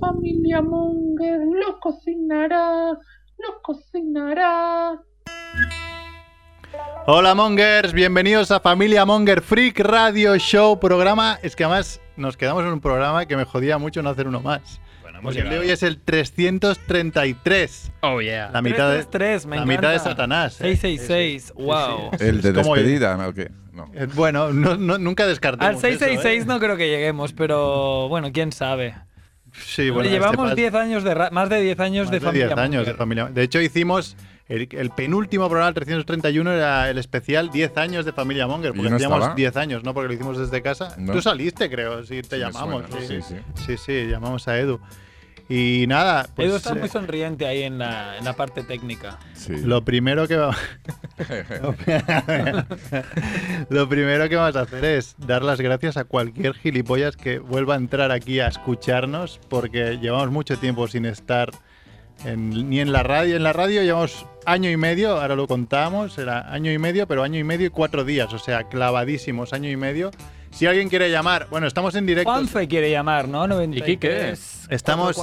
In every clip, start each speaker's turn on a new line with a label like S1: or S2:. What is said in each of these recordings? S1: familia Munger lo cocinará, lo cocinará.
S2: Hola Mongers, bienvenidos a Familia Monger Freak Radio Show, programa, es que además nos quedamos en un programa que me jodía mucho no hacer uno más.
S3: Bueno, hemos
S2: Porque el de
S3: llegado.
S2: hoy es el 333,
S3: Oh, yeah.
S2: la mitad de,
S4: 3, me
S2: la
S4: encanta.
S2: mitad de Satanás. ¿eh?
S4: 666, wow.
S5: El de
S2: Es como el-
S5: despedida, ¿no? ¿Qué? No.
S2: Eh, Bueno, no- no- nunca descartamos
S4: Al
S2: eso,
S4: 666
S2: ¿eh?
S4: no creo que lleguemos, pero bueno, quién sabe.
S2: Sí, bueno,
S4: Le
S2: este
S4: llevamos
S2: pas-
S4: 10 años de ra- más de 10 años
S2: más
S4: de
S2: de
S4: familia.
S2: 10 años de
S4: Munger.
S2: Familia Monger. De hecho, hicimos el, el penúltimo programa, el 331, era el especial 10 años de Familia Monger,
S5: ¿Y
S2: porque
S5: no
S2: teníamos
S5: estaba?
S2: 10 años, ¿no? Porque lo hicimos desde casa.
S5: No.
S2: Tú saliste, creo, si te
S5: Sí me
S2: llamamos.
S5: suena,
S2: sí.
S5: sí,
S2: Sí, sí, llamamos a Edu. Y nada, pues,
S4: Edu está
S2: eh,
S4: muy sonriente ahí en la, en la parte técnica.
S5: Sí.
S2: lo primero que va- lo primero que vamos a hacer es dar las gracias a cualquier gilipollas que vuelva a entrar aquí a escucharnos porque llevamos mucho tiempo sin estar en- ni en la radio, en la radio llevamos año y medio, ahora lo contábamos, era año y medio, pero año y medio y cuatro días, o sea, clavadísimos, año y medio. Si alguien quiere llamar, bueno, estamos en directo.
S4: Juanfe quiere llamar, ¿no?
S2: Estamos-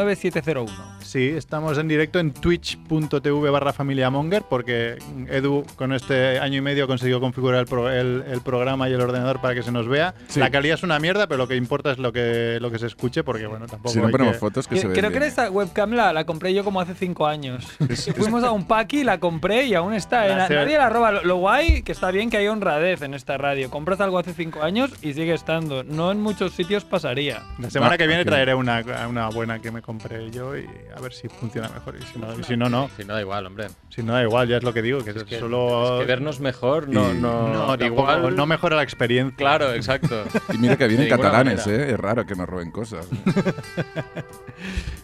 S4: 429-701.
S2: Sí, estamos en directo en twitch.tv barra familia Monger porque Edu con este año y medio consiguió configurar el, pro- el- el programa y el ordenador para que se nos vea.
S5: Sí.
S2: La calidad es una mierda, pero lo que importa es lo que, lo que se escuche porque, bueno, tampoco
S5: Si no
S2: hay
S5: ponemos
S2: que-
S5: fotos, que se
S4: Creo
S5: ve
S4: creo que
S5: bien.
S4: esa webcam la, la compré yo como hace 5 años.
S5: Es-
S4: Y Fuimos a un paqui, la compré y aún está. eh, na-
S2: Gracias.
S4: nadie la roba. Lo, lo guay que está bien que hay honradez en esta radio. Compras algo hace 5 años y sigue estando. No en muchos sitios pasaría.
S2: La semana
S5: No,
S2: que viene
S5: Ah, aquí no.
S2: traeré una, una buena que me compré yo y a ver si funciona mejor. Y si no, y si no, no.
S3: Si no da igual, hombre.
S2: Si no, da igual, ya es lo que digo, que es,
S3: Es que,
S2: solo...
S3: es que vernos mejor no,
S5: Y-
S3: no,
S2: no, tampoco-
S3: igual.
S2: no mejora la experiencia.
S3: Claro, exacto.
S5: Y mira que vienen
S3: De ninguna
S5: catalanes,
S3: manera.
S5: ¿eh? Es raro que nos roben cosas.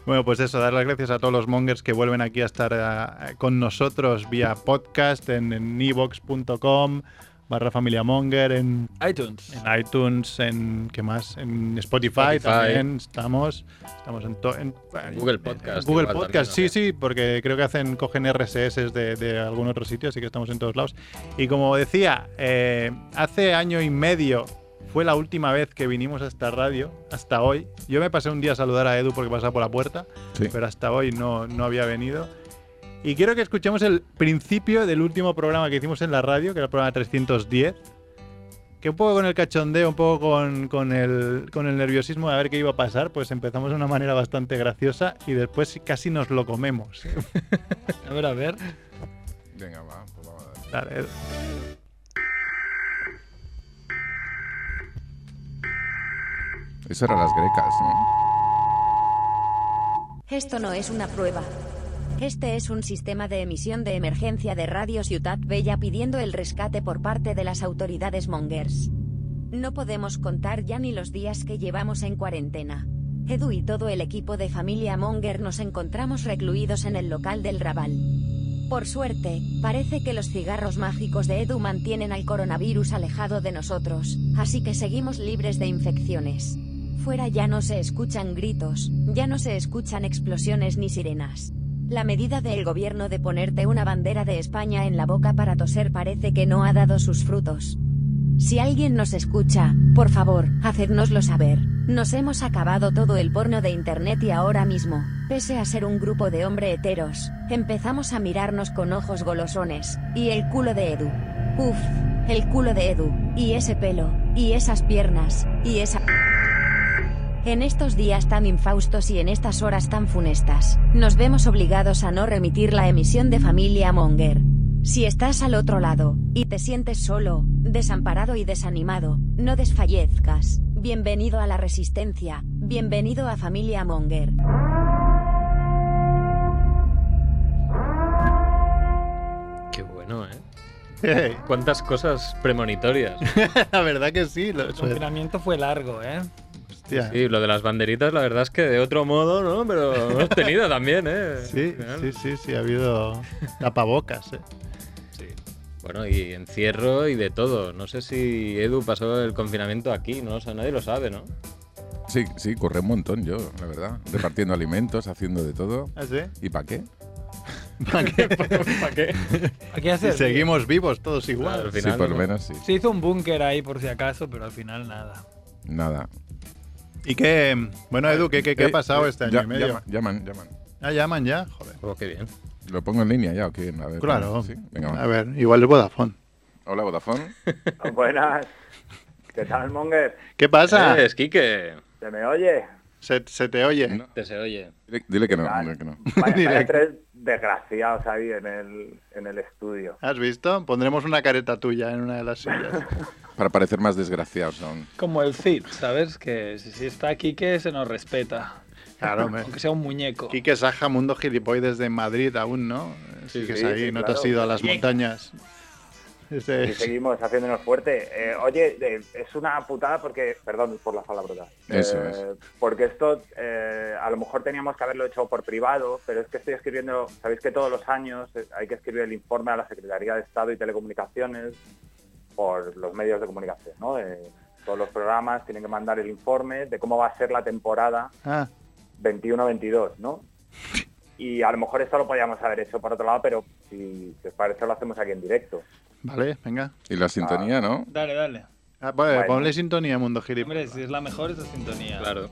S2: Bueno, pues eso, dar las gracias a todos los mongers que vuelven aquí a estar eh, con nosotros vía podcast en evox.com barra familia monger, en,
S4: iTunes.
S2: en iTunes, en ¿qué más? En Spotify,
S3: Spotify.
S2: también estamos. Estamos en, to- en-
S3: Google
S2: en-
S3: Podcast
S2: Google
S3: igual
S2: Podcast,
S3: también,
S2: sí, sí, porque creo que hacen, cogen RSS de, de algún otro sitio, así que estamos en todos lados. Y como decía, eh, hace año y medio fue la última vez que vinimos a esta radio, hasta hoy. Yo me pasé un día a saludar a Edu porque pasaba por la puerta,
S5: Sí.
S2: pero hasta hoy no, no había venido. Y quiero que escuchemos el principio del último programa que hicimos en la radio, que era el programa 310. Que un poco con el cachondeo, un poco con, con el, con el nerviosismo de a ver qué iba a pasar, pues empezamos de una manera bastante graciosa y después casi nos lo comemos.
S4: A ver, a ver.
S5: Venga, va, pues vamos a ver.
S2: Dale, Edu.
S5: Eso eran las grecas, ¿no?
S6: Esto no es una prueba. Este es un sistema de emisión de emergencia de Radio Ciudad Bella pidiendo el rescate por parte de las autoridades mongers. No podemos contar ya ni los días que llevamos en cuarentena. Edu y todo el equipo de familia Monger nos encontramos recluidos en el local del Raval. Por suerte, parece que los cigarros mágicos de Edu mantienen al coronavirus alejado de nosotros, así que seguimos libres de infecciones. Fuera ya no se escuchan gritos, ya no se escuchan explosiones ni sirenas. La medida del gobierno de ponerte una bandera de España en la boca para toser parece que no ha dado sus frutos. Si alguien nos escucha, por favor, hacednoslo saber. Nos hemos acabado todo el porno de internet y ahora mismo, pese a ser un grupo de hombre heteros, empezamos a mirarnos con ojos golosones, y el culo de Edu. Uf, el culo de Edu, y ese pelo, y esas piernas, y esa... En estos días tan infaustos y en estas horas tan funestas, nos vemos obligados a no remitir la emisión de Familia Monger. Si estás al otro lado, y te sientes solo, desamparado y desanimado, no desfallezcas. Bienvenido a la Resistencia, bienvenido a Familia Monger.
S3: Qué bueno, ¿eh?
S2: Hey,
S3: Cuántas cosas premonitorias.
S2: la verdad que sí. lo- pues.
S4: El confinamiento fue largo, ¿eh?
S2: hostia.
S3: Sí, lo de las banderitas, la verdad es que de otro modo, ¿no? Pero lo hemos tenido también, ¿eh?
S2: Sí,
S3: Al final.
S2: sí, sí, sí, ha habido tapabocas. eh.
S3: Bueno, y encierro y de todo. No sé si Edu pasó el confinamiento aquí, no lo sé, nadie lo sabe, ¿no?
S5: Sí, sí, corré un montón yo, la verdad. Repartiendo alimentos, haciendo de todo.
S2: ¿Ah, sí?
S5: ¿Y para qué?
S3: ¿Para qué?
S4: Aquí hace
S2: Si seguimos vivos todos igual.
S3: Al final,
S5: sí, por lo
S3: ¿no?
S5: menos sí.
S4: Se hizo un búnker ahí por si acaso, pero al final nada.
S5: Nada.
S2: ¿Y qué? Bueno, Edu, ¿qué, qué, qué
S5: Eh,
S2: ha pasado
S5: eh,
S2: este año
S5: ya-
S2: y medio?
S5: llama- Llaman, llaman.
S2: Ah, llaman ya, joder.
S3: Oh, qué bien.
S5: ¿Lo pongo en línea ya o qué? A ver,
S2: Claro.
S5: sí, venga, va.
S2: a ver, igual es Vodafone.
S5: Hola, Vodafone.
S7: Buenas. ¿Qué tal, Monger?
S2: ¿Qué pasa?
S3: Eh, Es Quique.
S7: ¿Se me oye?
S2: Se, se te oye.
S5: No.
S3: Te se oye.
S5: Dile, dile que no,
S7: Vale.
S5: dile que no.
S7: Vaya, vaya
S2: Directo.
S7: tres desgraciados ahí en el, en el estudio.
S2: ¿Has visto? Pondremos una careta tuya en una de las sillas.
S5: Para parecer más desgraciados aún.
S4: Como el Cid, ¿sabes? Que si, si está aquí, que se nos respeta.
S2: Claro, hombre.
S4: Aunque sea un muñeco.
S2: Quique Saja, Mundo Gilipoides de Madrid aún, ¿no?
S3: Sí,
S2: Sigues
S3: sí,
S2: ahí,
S7: sí,
S2: no te
S7: claro.
S2: has ido a las montañas. Este-
S7: Y seguimos haciéndonos fuerte. Eh, oye, eh, es una putada porque, perdón por las palabrotas.
S5: Eso
S7: Eh,
S5: es.
S7: Porque esto eh, a lo mejor teníamos que haberlo hecho por privado, pero es que estoy escribiendo, sabéis que todos los años eh, hay que escribir el informe a la Secretaría de Estado y Telecomunicaciones por los medios de comunicación, ¿no? Eh, todos los programas tienen que mandar el informe de cómo va a ser la temporada
S2: Ah,
S7: 21-22, ¿no? Y a lo mejor esto lo podíamos haber hecho por otro lado, pero si os parece lo hacemos aquí en directo.
S2: vale, venga.
S5: Y la sintonía, ¿no?
S4: Dale, dale.
S2: Ah, vale,
S7: Bueno.
S2: ponle sintonía, Mundo Gilipoides.
S4: Hombre, si es la mejor, esa sintonía.
S3: Claro.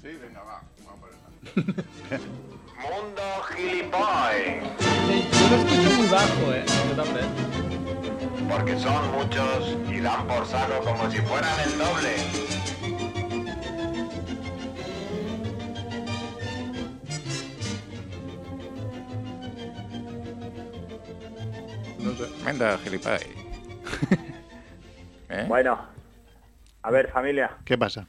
S5: Sí, venga, va. Vamos a ponerla.
S7: Mundo gilipollas,
S4: Sí, Yo lo escucho muy bajo, ¿eh? Yo también.
S7: porque son muchos y dan por saco como si fueran el doble.
S5: Manda, gilipollas. ¿Eh?
S7: Bueno, a ver familia,
S2: ¿Qué pasa?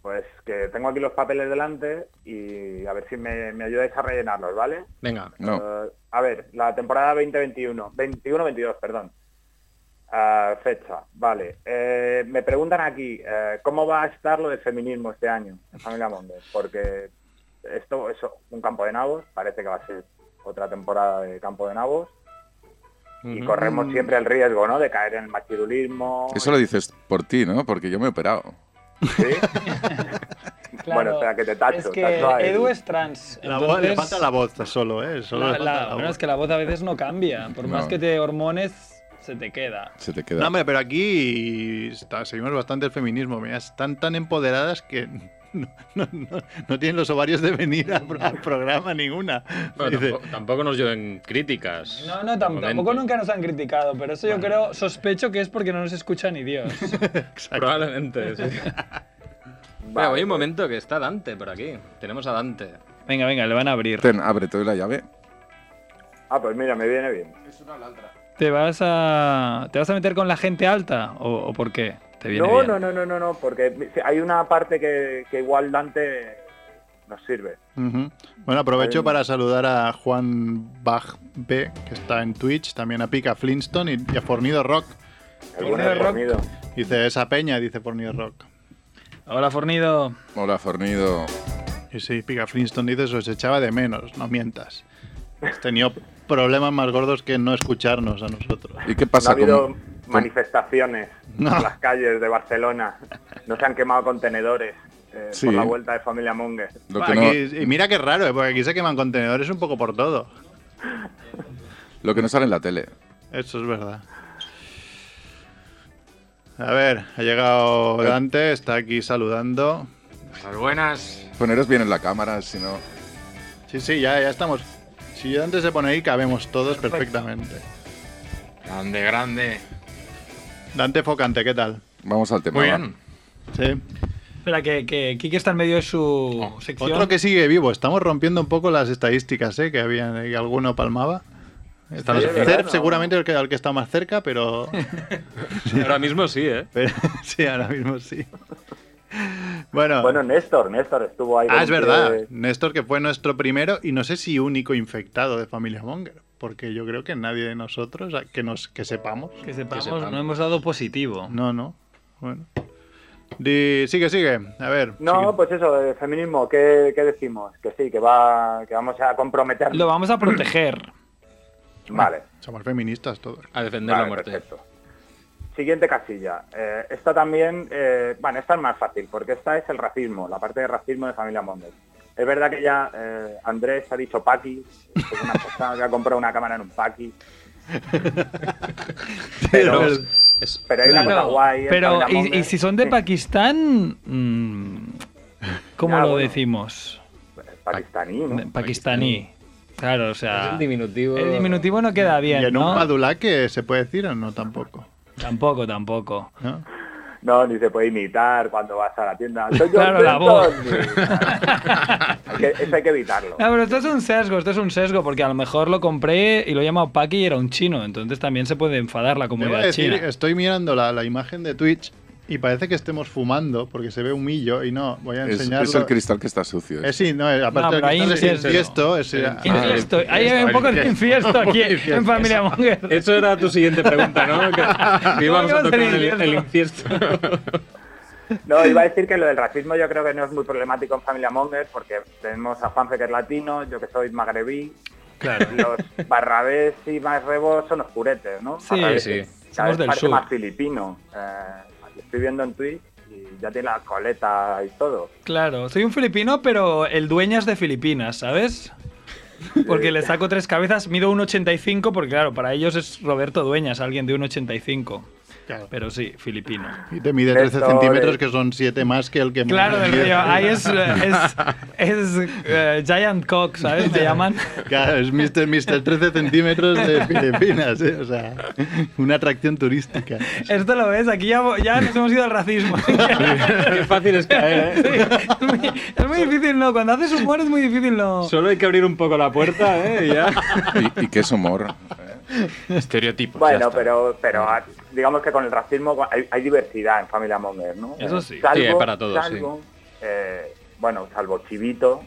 S7: pues que tengo aquí los papeles delante y a ver si me, me ayudáis a rellenarlos, ¿vale?
S3: Venga.
S5: No,
S7: Eh, a ver, la temporada 2021, 21-22, perdón. Ah, fecha, vale. Eh, me preguntan aquí, eh, ¿cómo va a estar lo del feminismo este año en Familia Monde? Porque esto es un campo de nabos, parece que va a ser otra temporada de campo de nabos, y
S3: Ujú.
S7: corremos siempre el riesgo, ¿no?, de caer en el machirulismo.
S5: eso lo dices por ti, ¿no? Porque yo me he operado.
S7: ¿sí? Bueno, espera, que te tacho,
S4: Es que
S7: tacho ahí.
S4: Edu es trans.
S2: La voz- le
S4: entonces-
S2: falta la voz solo, ¿eh? Solo
S4: La-
S2: le
S4: la-
S2: falta la
S4: bueno,
S2: voz.
S4: es que la voz a veces no cambia. Por
S5: No.
S4: más que te hormones, se te queda.
S5: Se te
S2: No,
S5: queda.
S2: hombre, pero aquí está- seguimos bastante el feminismo. Mira, están tan empoderadas que no, no- no- no tienen los ovarios de venir a- al programa ninguna.
S3: Bueno,
S2: Dice,
S3: tampoco, tampoco nos llueven críticas.
S4: No, no,
S3: de
S4: tam-
S3: momento.
S4: tampoco nunca nos han criticado, pero eso yo creo, sospecho que es porque no nos escucha ni Dios.
S2: exacto.
S3: Probablemente, sí. Mira,
S7: Vale,
S3: hay un momento que está Dante por aquí. Tenemos a Dante.
S4: Venga, venga, le van a abrir.
S5: Ten, abre toda la llave.
S7: Ah, pues mira, me viene bien.
S4: ¿Te vas a, te vas a meter con la gente alta o, o por qué? ¿Te viene
S7: No,
S4: bien?
S7: no, no, no, no, no, porque hay una parte que, que igual Dante nos sirve.
S2: Ujú. Bueno, aprovecho para saludar a Juan Bach B, que está en Twitch, también a Pica Flintstone y, y a Fornido Rock.
S7: El
S4: Fornido
S7: buen
S4: Rock.
S7: Fornido.
S2: Dice, esa peña, dice Fornido Rock.
S4: Hola, Fornido.
S5: Hola, fornido.
S2: Y sí, Pica Flintstone dice, se os echaba de menos, no mientas. Has tenido problemas más gordos que no escucharnos a nosotros.
S5: ¿Y qué
S7: No ha
S5: pasa
S7: habido
S5: con.?
S7: manifestaciones
S2: No.
S7: en las calles de Barcelona. No se han quemado contenedores eh,
S5: Sí.
S7: por la vuelta de familia Monger.
S5: Lo que, no,
S2: Ah, Aquí- Y mira qué raro, ¿eh? porque aquí se queman contenedores un poco por todo.
S5: lo que no sale en la tele.
S2: Eso es verdad. A ver, ha llegado Dante, está aquí saludando.
S3: buenas.
S5: Poneros bien en la
S2: Ah,
S5: cámara, si no.
S2: Sí, sí, ya, ya estamos. Si Dante se pone ahí, cabemos todos perfectamente.
S3: Grande, grande.
S2: Dante Focante, ¿qué tal?
S5: Vamos al tema.
S3: Muy
S5: va.
S3: bien.
S2: Sí.
S4: Espera, que, que Kike está en medio de su sección.
S2: Otro que sigue vivo. Estamos rompiendo un poco las estadísticas, ¿eh? Que había, que alguno palmaba. Este,
S3: Están
S2: Cerf,
S3: los primeros.
S2: seguramente el que, el que está más cerca, pero,
S3: Ahora mismo sí, ¿eh?
S2: pero- sí, ahora mismo sí. Bueno,
S7: Bueno, Néstor, Néstor estuvo ahí. con
S2: ah, es
S7: un pie
S2: verdad.
S7: de-
S2: Néstor, que fue nuestro primero y no sé si único infectado de Familia Monger, porque yo creo que nadie de nosotros, a- que, nos, que sepamos,
S4: Que sepamos,
S3: Que sepamos.
S4: no hemos dado positivo.
S2: No, no. Bueno. Di- sigue, sigue. A ver.
S7: No,
S2: sigue.
S7: pues eso, de feminismo, ¿qué, qué decimos? Que sí, que va, que vamos a comprometernos.
S4: Lo vamos a proteger.
S7: Vale.
S2: Somos feministas todos.
S3: A defender
S7: Vale,
S3: la muerte.
S7: perfecto. Siguiente casilla. Eh, esta también, eh, bueno, esta es más fácil, porque esta es el racismo, la parte de racismo de familia Mondel. Es verdad que ya eh, Andrés ha dicho Paki, que es una persona que ha comprado una cámara en un Paki, pero,
S2: Pero-
S3: Es-
S7: pero hay una
S4: Claro,
S7: cosa guay. en
S4: pero
S7: Familia
S4: y,
S7: Mondel.
S4: y si son de Pakistán, mm, ¿Cómo
S7: Ah,
S4: lo
S7: bueno.
S4: decimos?
S7: Pakistaní, ¿no?
S4: Pakistaní. Claro, o
S3: Es
S4: sea.
S3: el diminutivo.
S4: El diminutivo no queda
S2: ¿Y
S4: bien,
S2: en un
S4: ¿no?
S2: padulaque se puede decir o no tampoco?
S4: Tampoco, tampoco.
S2: ¿No?
S7: No, ni se puede imitar cuando vas a la tienda. Soy John
S4: Claro, la voz.
S7: Hay que- eso hay que evitarlo.
S4: No, Ah, pero esto es un sesgo, esto es un sesgo, porque a lo mejor lo compré y lo he llamado Paki y era un chino, entonces también se puede enfadar
S2: Te iba
S4: la
S2: a
S4: comunidad
S2: decir,
S4: china.
S2: estoy mirando la, la imagen de Twitch y parece que estemos fumando porque se ve un millo y no, voy a
S5: Es,
S2: enseñarlo.
S5: es el cristal que está sucio.
S2: Eh, sí, no, aparte
S4: pero ahí
S2: del cristal es
S4: infiesto.
S2: infiesto, es-
S4: Infiesto,
S2: Eh,
S5: Ah,
S4: ahí hay un poco de infiesto aquí
S2: Infiesto.
S4: en Familia Monger.
S3: Eso era tu siguiente pregunta, ¿no? Que, que íbamos
S4: No,
S3: a
S4: que va a ser
S3: tocar el,
S4: infierno.
S3: el infiesto.
S7: No, iba a decir que lo del racismo yo creo que no es muy problemático en Familia Monger porque tenemos a Juanfe que es latino, yo que soy magrebí. Los barrabés y magrebos son oscuretes, ¿no?
S4: Sí,
S7: Barrabés
S3: sí.
S7: Cada
S4: Somos
S7: vez
S4: del
S7: parece
S4: sur.
S7: más filipino. Eh, estoy viendo en Twitch y ya tiene la coleta y todo.
S4: Claro, soy un filipino, pero el dueño es de Filipinas, ¿sabes? Porque le saco tres cabezas, mido 1,85, porque claro, para ellos es Roberto Dueñas, alguien de 1,85.
S2: Claro.
S4: Pero sí, filipino.
S2: Y te mide 13
S7: Esto
S2: centímetros,
S7: es-
S2: que son 7 más que el que...
S4: Claro, del
S2: mide.
S4: río. Ahí es, es, es, eh, Giant Cock, ¿sabes? Me llaman.
S2: Claro, es Mr. Mr. 13 centímetros de Filipinas, ¿eh? o sea, una atracción turística.
S4: Esto lo ves, aquí ya, ya nos hemos ido al racismo. es,
S3: Qué fácil es caer, ¿eh?
S4: muy, es muy difícil, ¿no? Cuando haces humor es muy difícil, ¿no?
S3: Solo hay que abrir un poco la puerta, ¿eh? Y Ya.
S5: Y, y que es humor.
S8: Estereotipos. ya
S7: Bueno,
S8: está.
S7: pero, pero ah, digamos que con el racismo hay, hay diversidad en Familia Monger, ¿no?
S4: Eso
S7: Eh,
S4: sí.
S3: Sí, hay para todos, sí.
S7: salvo, eh, bueno, salvo Chivito,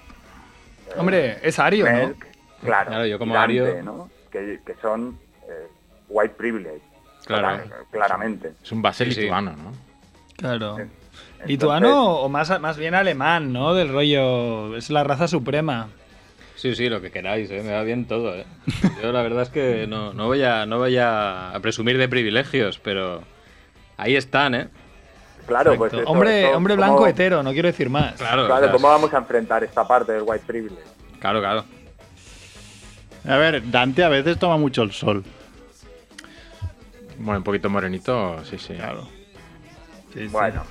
S7: eh,
S8: Hombre, es Ario, ¿no?
S7: Merck, claro,
S3: Claro, yo como
S7: y Dante,
S3: Ario-
S7: ¿no? que, que son eh, white privilege,
S3: Claro.
S7: clara- claramente.
S8: Es un Basel
S3: Sí, sí.
S8: lituano, ¿no?
S4: Claro.
S7: Entonces,
S4: Lituano o más, más bien alemán, ¿no? Del rollo. Es la raza suprema.
S3: Sí, sí, lo que queráis, ¿eh? me va bien todo. ¿eh? Yo la verdad es que no, no, voy a, no voy a a presumir de privilegios, pero ahí están, ¿eh?
S7: Claro, pues eso,
S4: hombre,
S7: eso,
S4: hombre
S7: ¿cómo-
S4: blanco hetero, no quiero decir más.
S3: Claro, o
S7: Claro,
S3: sea,
S7: ¿cómo vamos a enfrentar esta parte del white privilege?
S3: claro, claro.
S2: A ver, Dante a veces toma mucho el sol.
S8: Bueno, un poquito morenito, sí, sí.
S7: Bueno,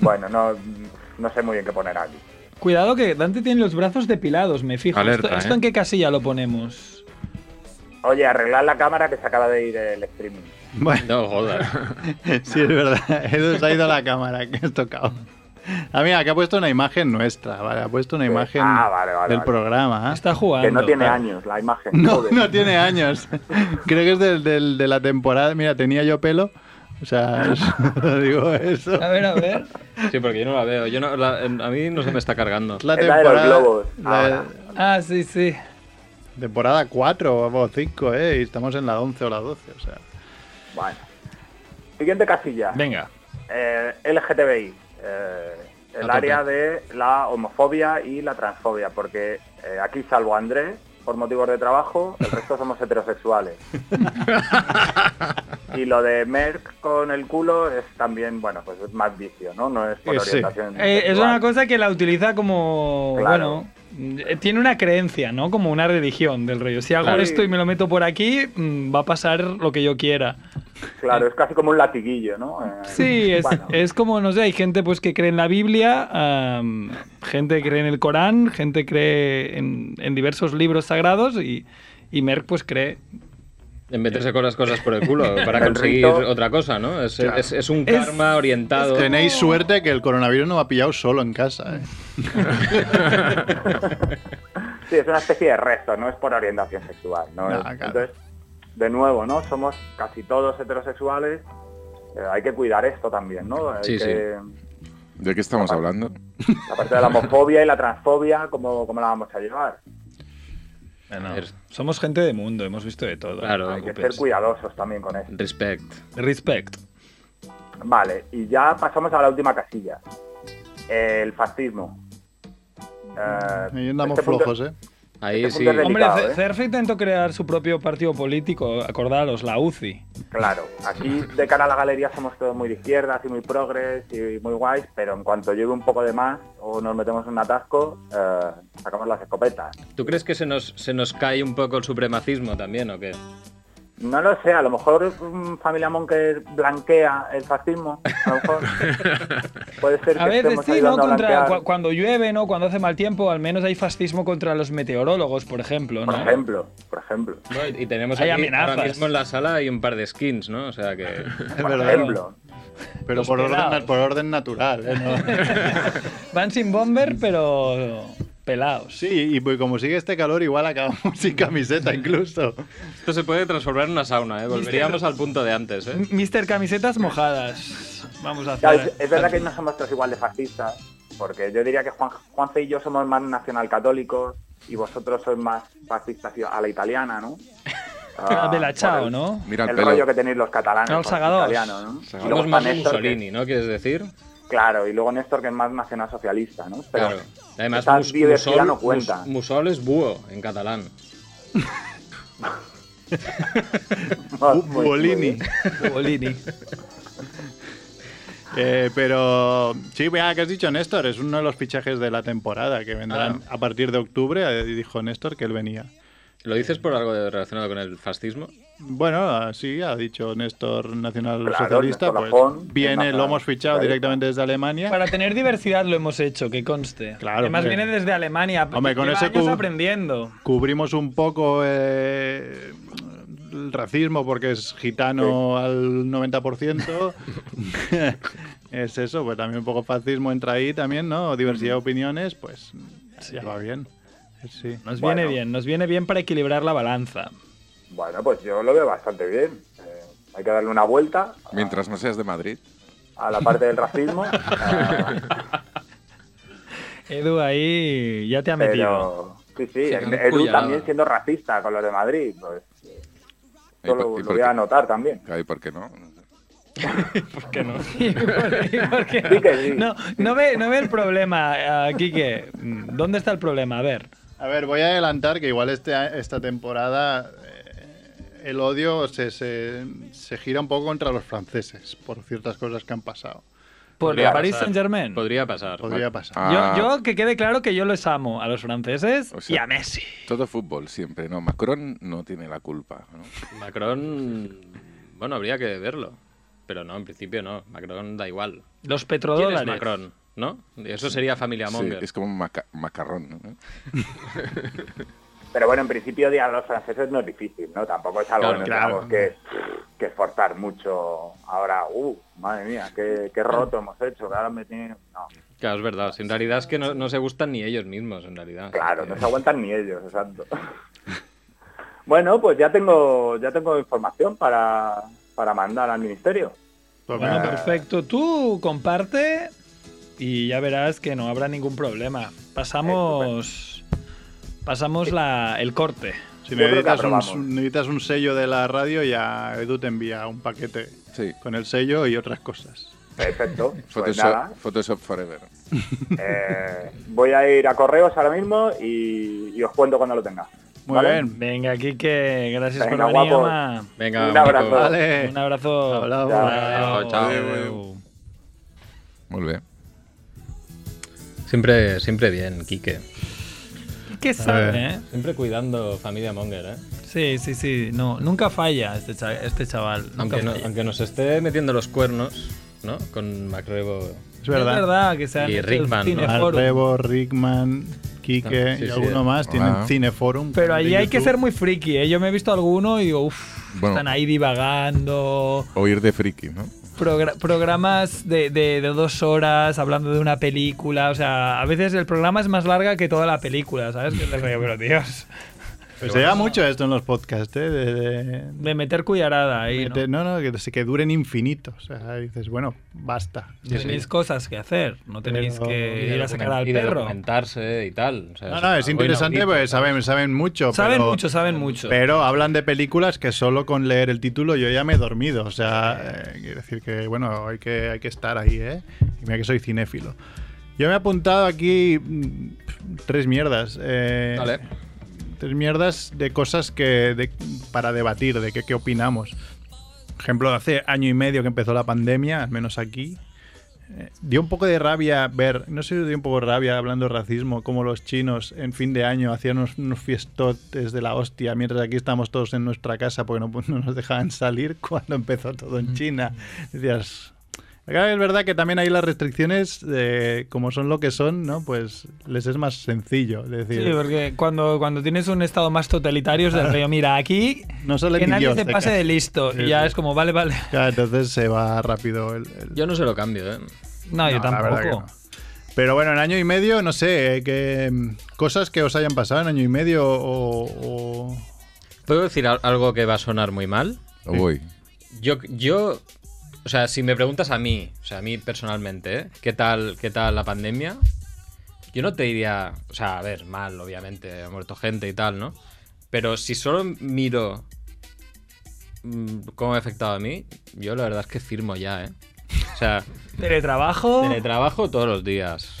S7: bueno, no, no sé muy bien qué poner aquí.
S4: Cuidado que Dante tiene los brazos depilados, me fijo.
S8: Alerta,
S4: ¿Esto, esto
S8: ¿eh?
S4: en qué casilla lo ponemos?
S7: Oye, arreglar la cámara que se acaba de ir el streaming.
S2: Bueno,
S3: No jodas.
S2: sí, es verdad. Edu se ha ido a la cámara, que has tocado. Ah, mira, que ha puesto una imagen nuestra, ¿vale? Ha puesto una
S7: Sí.
S2: imagen
S7: Ah, vale, vale,
S2: del
S7: vale.
S2: programa. ¿eh?
S4: Está jugando.
S7: Que no tiene
S4: claro.
S7: años la imagen.
S2: No,
S7: joder.
S2: no tiene años. Creo que es del, del- de la temporada. Mira, tenía yo pelo. O sea, es- digo eso.
S4: A ver, a ver.
S3: Sí, porque yo no la veo. Yo no, la- en- a mí no se me está cargando.
S2: Es la
S7: Es la de los globos,
S2: la
S7: ahora.
S4: Ah, sí, sí.
S2: temporada 4 o 5, ¿eh? Y estamos en la 11 o la 12, o sea.
S7: Bueno. Siguiente casilla.
S4: Venga.
S7: Eh, LGTBI. eh,
S3: A
S7: el
S3: tope.
S7: área de la homofobia y la transfobia. Porque eh, aquí, salvo a Andrés, por motivos de trabajo, el resto somos heterosexuales. y lo de Merck con el culo es también, bueno, pues es más vicio, ¿no? No es por
S2: Eh, sí.
S7: orientación.
S4: Eh, es
S7: sexual.
S4: una cosa que la utiliza como.
S7: Claro.
S4: Bueno. eh, Tiene una creencia, ¿no? Como una religión del rollo. Si hago
S7: Claro.
S4: esto y me lo meto por aquí, mm, va a pasar lo que yo quiera.
S7: Claro, es casi como un latiguillo, ¿no? Eh,
S4: Sí, es,
S7: bueno.
S4: es como, no sé, hay gente pues que cree en la Biblia, am, gente que cree en el Corán, gente cree en, en diversos libros sagrados y, y Merck pues cree.
S3: En meterse con las cosas por el culo para
S7: El
S3: conseguir
S7: rito.
S3: otra cosa, ¿no? Es,
S2: Claro.
S3: es- es un
S4: Es- Oh.
S3: karma orientado.
S2: Tenéis suerte que el coronavirus no me ha pillado solo en casa, ¿eh?
S7: Sí, es una especie de resto, no es por orientación sexual. ¿no?
S2: No,
S7: Es-
S2: claro.
S7: Entonces, de nuevo, ¿no? Somos casi todos heterosexuales. eh, hay que cuidar esto también, ¿no? Hay
S3: Sí, sí.
S7: que-
S5: ¿De qué estamos hablando?
S7: La parte de la homofobia y la transfobia, ¿cómo, cómo la vamos a llevar?
S3: A ver,
S4: Er, Somos gente de mundo, hemos visto de todo.
S3: Claro,
S7: hay que ser
S3: pues,
S7: cuidadosos también con esto.
S3: respect.
S4: Respect.
S7: Vale, y ya pasamos a la última casilla. El fascismo. Eh,
S2: Ahí andamos
S7: este punto-
S2: flojos, ¿eh?
S3: Ahí
S7: Este
S3: sí.
S7: punto es
S4: Hombre,
S7: Delicado,
S4: Cer-
S7: ¿eh?
S4: Cerfe intentó crear su propio partido político, acordaros, la UCI.
S7: Claro, aquí de cara a la galería somos todos muy de izquierdas y muy progres y muy guays, pero en cuanto lleve un poco de más o nos metemos en un atasco, eh, sacamos las escopetas.
S3: ¿Tú crees que se nos, se nos cae un poco el supremacismo también o qué?
S7: No lo sé, a lo mejor mm, Familia Monker blanquea el fascismo. A lo mejor puede ser que
S4: A veces
S7: estemos
S4: sí, ¿no?
S7: ayudando a
S4: Contra,
S7: blanquear.
S4: cua- cuando llueve, ¿no? Cuando hace mal tiempo, al menos hay fascismo contra los meteorólogos, por ejemplo,
S7: Por
S4: ¿no?
S7: ejemplo, por ejemplo.
S3: No, y- Y tenemos
S4: Hay
S3: aquí,
S4: amenazas.
S3: ahora mismo en la sala hay un par de skins, ¿no? O sea que.
S2: Es
S7: Por
S2: verdad.
S7: ejemplo.
S2: Pero
S4: Los
S2: por orden,
S4: pelados.
S2: por orden natural, ¿eh? No-
S4: Van sin bomber, pero pelados.
S2: Sí, y pues como sigue este calor, igual acabamos sin camiseta incluso.
S3: Esto se puede transformar en una sauna, ¿eh? Volveríamos al punto de antes, ¿eh?
S4: Mister Camisetas Mojadas. Vamos a
S7: Claro, es,
S4: hacer.
S7: es verdad que no somos todos igual de fascistas, porque yo diría que Juan, Juanfe y yo somos más nacionalcatólicos y vosotros sois más fascistas y- a la italiana, ¿no? Ah,
S4: Ah, de la
S7: por
S4: Chao,
S7: el-
S4: ¿no?
S5: Mira el
S7: el
S5: pelo.
S7: rollo que tenéis los catalanes.
S4: Al
S7: los
S4: Sagador.
S7: italianos, ¿no? Y luego
S3: Somos
S7: está
S3: más
S7: Néstor,
S3: Mussolini, ¿no? ¿Quieres decir?
S7: que- claro, y luego Néstor, que es más nacionalsocialista, ¿no? Pero
S3: Claro. Además,
S7: esa
S3: mus-
S7: diversidad
S3: musol,
S7: no cuenta.
S3: mus- musol es búho en catalán.
S7: Muy- muy
S2: Bolini.
S7: bien.
S4: Bolini.
S2: Eh, pero sí, vea que has dicho Néstor, es uno de los fichajes de la temporada que vendrán a partir de octubre. eh, Dijo Néstor que él venía.
S3: ¿Lo dices por algo de- relacionado con el fascismo?
S2: Bueno, así ha dicho Néstor Nacional
S7: Claro,
S2: Socialista.
S7: Néstor
S2: pues,
S7: Lafón,
S2: viene,
S7: nacional-
S2: lo hemos fichado
S7: claro.
S2: directamente desde Alemania.
S4: Para tener diversidad lo hemos hecho, que conste.
S2: Claro,
S4: Además
S2: hombre.
S4: viene desde Alemania.
S2: Hombre, con
S4: lleva
S2: ese
S4: años
S2: cu-
S4: aprendiendo.
S2: Cubrimos un poco eh, el racismo porque es gitano al 90%. es eso, pues también un poco fascismo entra ahí también, ¿no? Diversidad de opiniones, pues ya va bien. Sí.
S4: Nos
S7: Bueno.
S4: viene bien, nos viene bien para equilibrar la balanza.
S7: Bueno, pues yo lo veo bastante bien. Eh, hay que darle una vuelta a-
S5: Mientras no seas de Madrid.
S7: a la parte del racismo. ah,
S4: Edu ahí ya te ha metido.
S7: Pero sí, sí,
S8: Sí,
S7: Edu
S8: que han cuidado.
S7: también siendo racista con los de Madrid, pues eh,
S5: ¿Y
S7: yo
S5: por-
S7: lo,
S5: y
S7: lo
S5: por
S7: voy a
S5: qué?
S7: anotar también.
S5: Ay, ¿por qué no?
S4: ¿Y por- y por qué?
S7: Sí que sí.
S4: No, no ve, no ve el problema, eh, Quique. Mm, ¿Dónde está el problema? A ver.
S2: A ver, voy a adelantar que igual este, a- esta temporada eh, el odio se, se- se gira un poco contra los franceses por ciertas cosas que han pasado.
S4: Por
S3: Podría
S4: París
S3: pasar.
S4: Saint Germain.
S3: Podría pasar.
S2: Podría pasar.
S5: Ah,
S4: Yo, yo que quede claro que yo les amo a los franceses
S5: O sea-
S4: y a Messi.
S5: Todo fútbol siempre, ¿no? Macron no tiene la culpa. ¿no?
S3: Macron. Bueno, habría que verlo. Pero no, en principio no. Macron da igual.
S4: Los
S3: ¿Quién
S4: petrodólares.
S3: es Macron? ¿No? Eso sería familia
S5: Sí,
S3: Monger.
S5: es como un maca- macarrón. ¿no?
S7: Pero bueno, en principio odiar a los franceses no es difícil, ¿no? Tampoco es algo
S3: Claro,
S7: que
S2: claro.
S7: tengamos que, que esforzar mucho ahora. Uh, madre mía, qué, qué roto hemos hecho, que ahora me tienen... No,
S3: Claro, es verdad. En realidad es que no, no se gustan ni ellos mismos, en realidad.
S7: claro, no se aguantan ni ellos, exacto. Bueno, pues ya tengo ya tengo información para, para mandar al ministerio.
S2: Pues
S4: Bueno,
S2: mira,
S4: perfecto. Tú comparte y ya verás que no habrá ningún problema. Pasamos. Pasamos la, el corte.
S2: si
S7: yo creo que
S2: necesitas
S7: aprobamos.
S2: un, necesitas un sello de la radio, ya Edu te envía un paquete
S5: Sí.
S2: con el sello y otras cosas.
S7: Perfecto. Pues
S5: Photoshop,
S7: nada,
S5: Photoshop Forever.
S7: Eh, voy a ir a correos ahora mismo y, y os cuento cuando lo tenga.
S2: Muy
S7: ¿Vale?
S2: bien.
S4: Venga, Kike, gracias
S7: Venga,
S4: por venir,
S7: guapo.
S4: ama.
S3: Venga,
S7: Un
S3: Marco.
S7: abrazo.
S2: Vale.
S4: Un abrazo.
S2: Hablamos.
S4: Chao,
S3: Chao,
S4: Adeu.
S5: Muy bien.
S3: Siempre, siempre bien, Quique.
S4: Quique sabe, ¿eh?
S3: Siempre cuidando familia Monger, ¿eh?
S4: Sí, sí, sí. No, nunca falla este, cha- este chaval. nunca
S3: Aunque, no-
S4: falla.
S3: aunque nos esté metiendo los cuernos, ¿no? Con Macrebo.
S2: Es verdad.
S4: Es verdad que se han
S3: Y
S4: hecho
S3: Rickman,
S4: el
S3: ¿no?
S4: cineforum.
S2: Arrebo, Rickman, Quique
S3: Ah, sí,
S2: y
S3: sí.
S2: alguno más tienen
S5: Ah.
S2: Cineforum.
S4: Pero
S2: canal de
S4: allí hay que
S2: YouTube.
S4: ser muy friki, ¿eh? Yo me he visto alguno y digo, uff,
S5: Bueno.
S4: están ahí divagando.
S5: Oír de friki, ¿no?
S4: progra- programas de, de- de dos horas hablando de una película. O sea, a veces el programa es más larga que toda la película, ¿sabes? Que es el rollo, pero Dios.
S2: Pues se lleva mucho esto en los podcasts, ¿eh? De- de-
S4: De meter cuillarada ahí. ¿no?
S2: Te- No, no, que, se- que duren infinitos. O sea, dices, bueno, basta.
S4: Tenéis cosas que hacer, no tenéis
S2: Pero-
S4: que ir a sacar al
S3: y de
S4: perro.
S3: documentarse y tal. o sea,
S2: No,
S3: es
S2: no, es
S3: algo
S2: interesante,
S3: inaudito.
S2: pues saben, saben mucho.
S4: Saben
S2: pero,
S4: mucho, saben mucho.
S2: Pero hablan de películas que solo con leer el título yo ya me he dormido. O sea, eh, quiero decir que, bueno, hay que, hay que estar ahí, ¿eh? Y mira que soy cinéfilo. Yo me he apuntado aquí mm, tres mierdas. eh,
S3: Vale.
S2: Tres mierdas de cosas que de- para debatir, de qué qué opinamos. Por ejemplo, hace año y medio que empezó la pandemia, al menos aquí, dio un poco de rabia ver, no sé si os dio un poco de rabia hablando de racismo, como los chinos en fin de año hacían unos, unos fiestotes de la hostia, mientras aquí estamos todos en nuestra casa porque no, no nos dejaban salir cuando empezó todo
S4: Mm.
S2: en China. Decías, acá es verdad que también ahí las restricciones, eh, como son lo que son, ¿no? Pues les es más sencillo decir.
S4: Sí, porque cuando, cuando tienes un estado más totalitario es del rollo, mira, aquí
S2: No sale
S4: que
S2: ni
S4: nadie
S2: Dios
S4: se
S2: de
S4: pase
S2: casa".
S4: de listo.
S2: Sí,
S4: y ya
S2: sí.
S4: es como, vale, vale.
S2: Claro, entonces se va rápido el- el,
S3: Yo no se lo cambio, ¿eh?
S4: No, yo
S2: No, la verdad
S4: tampoco.
S2: que no. Pero bueno, en año y medio, no sé, eh, que, mm, cosas que os hayan pasado en año y medio o... o-
S3: ¿Puedo decir al- algo que va a sonar muy mal?
S5: Uy,
S3: Yo, yo, o sea, si me preguntas a mí, o sea, a mí personalmente, ¿eh? ¿qué tal, qué tal la pandemia? Yo no te diría, o sea, a ver, mal, obviamente, ha muerto gente y tal, ¿no? Pero si solo miro mm, cómo me ha afectado a mí, yo la verdad es que firmo ya, ¿eh? O sea,
S4: Teletrabajo.
S3: teletrabajo todos los días.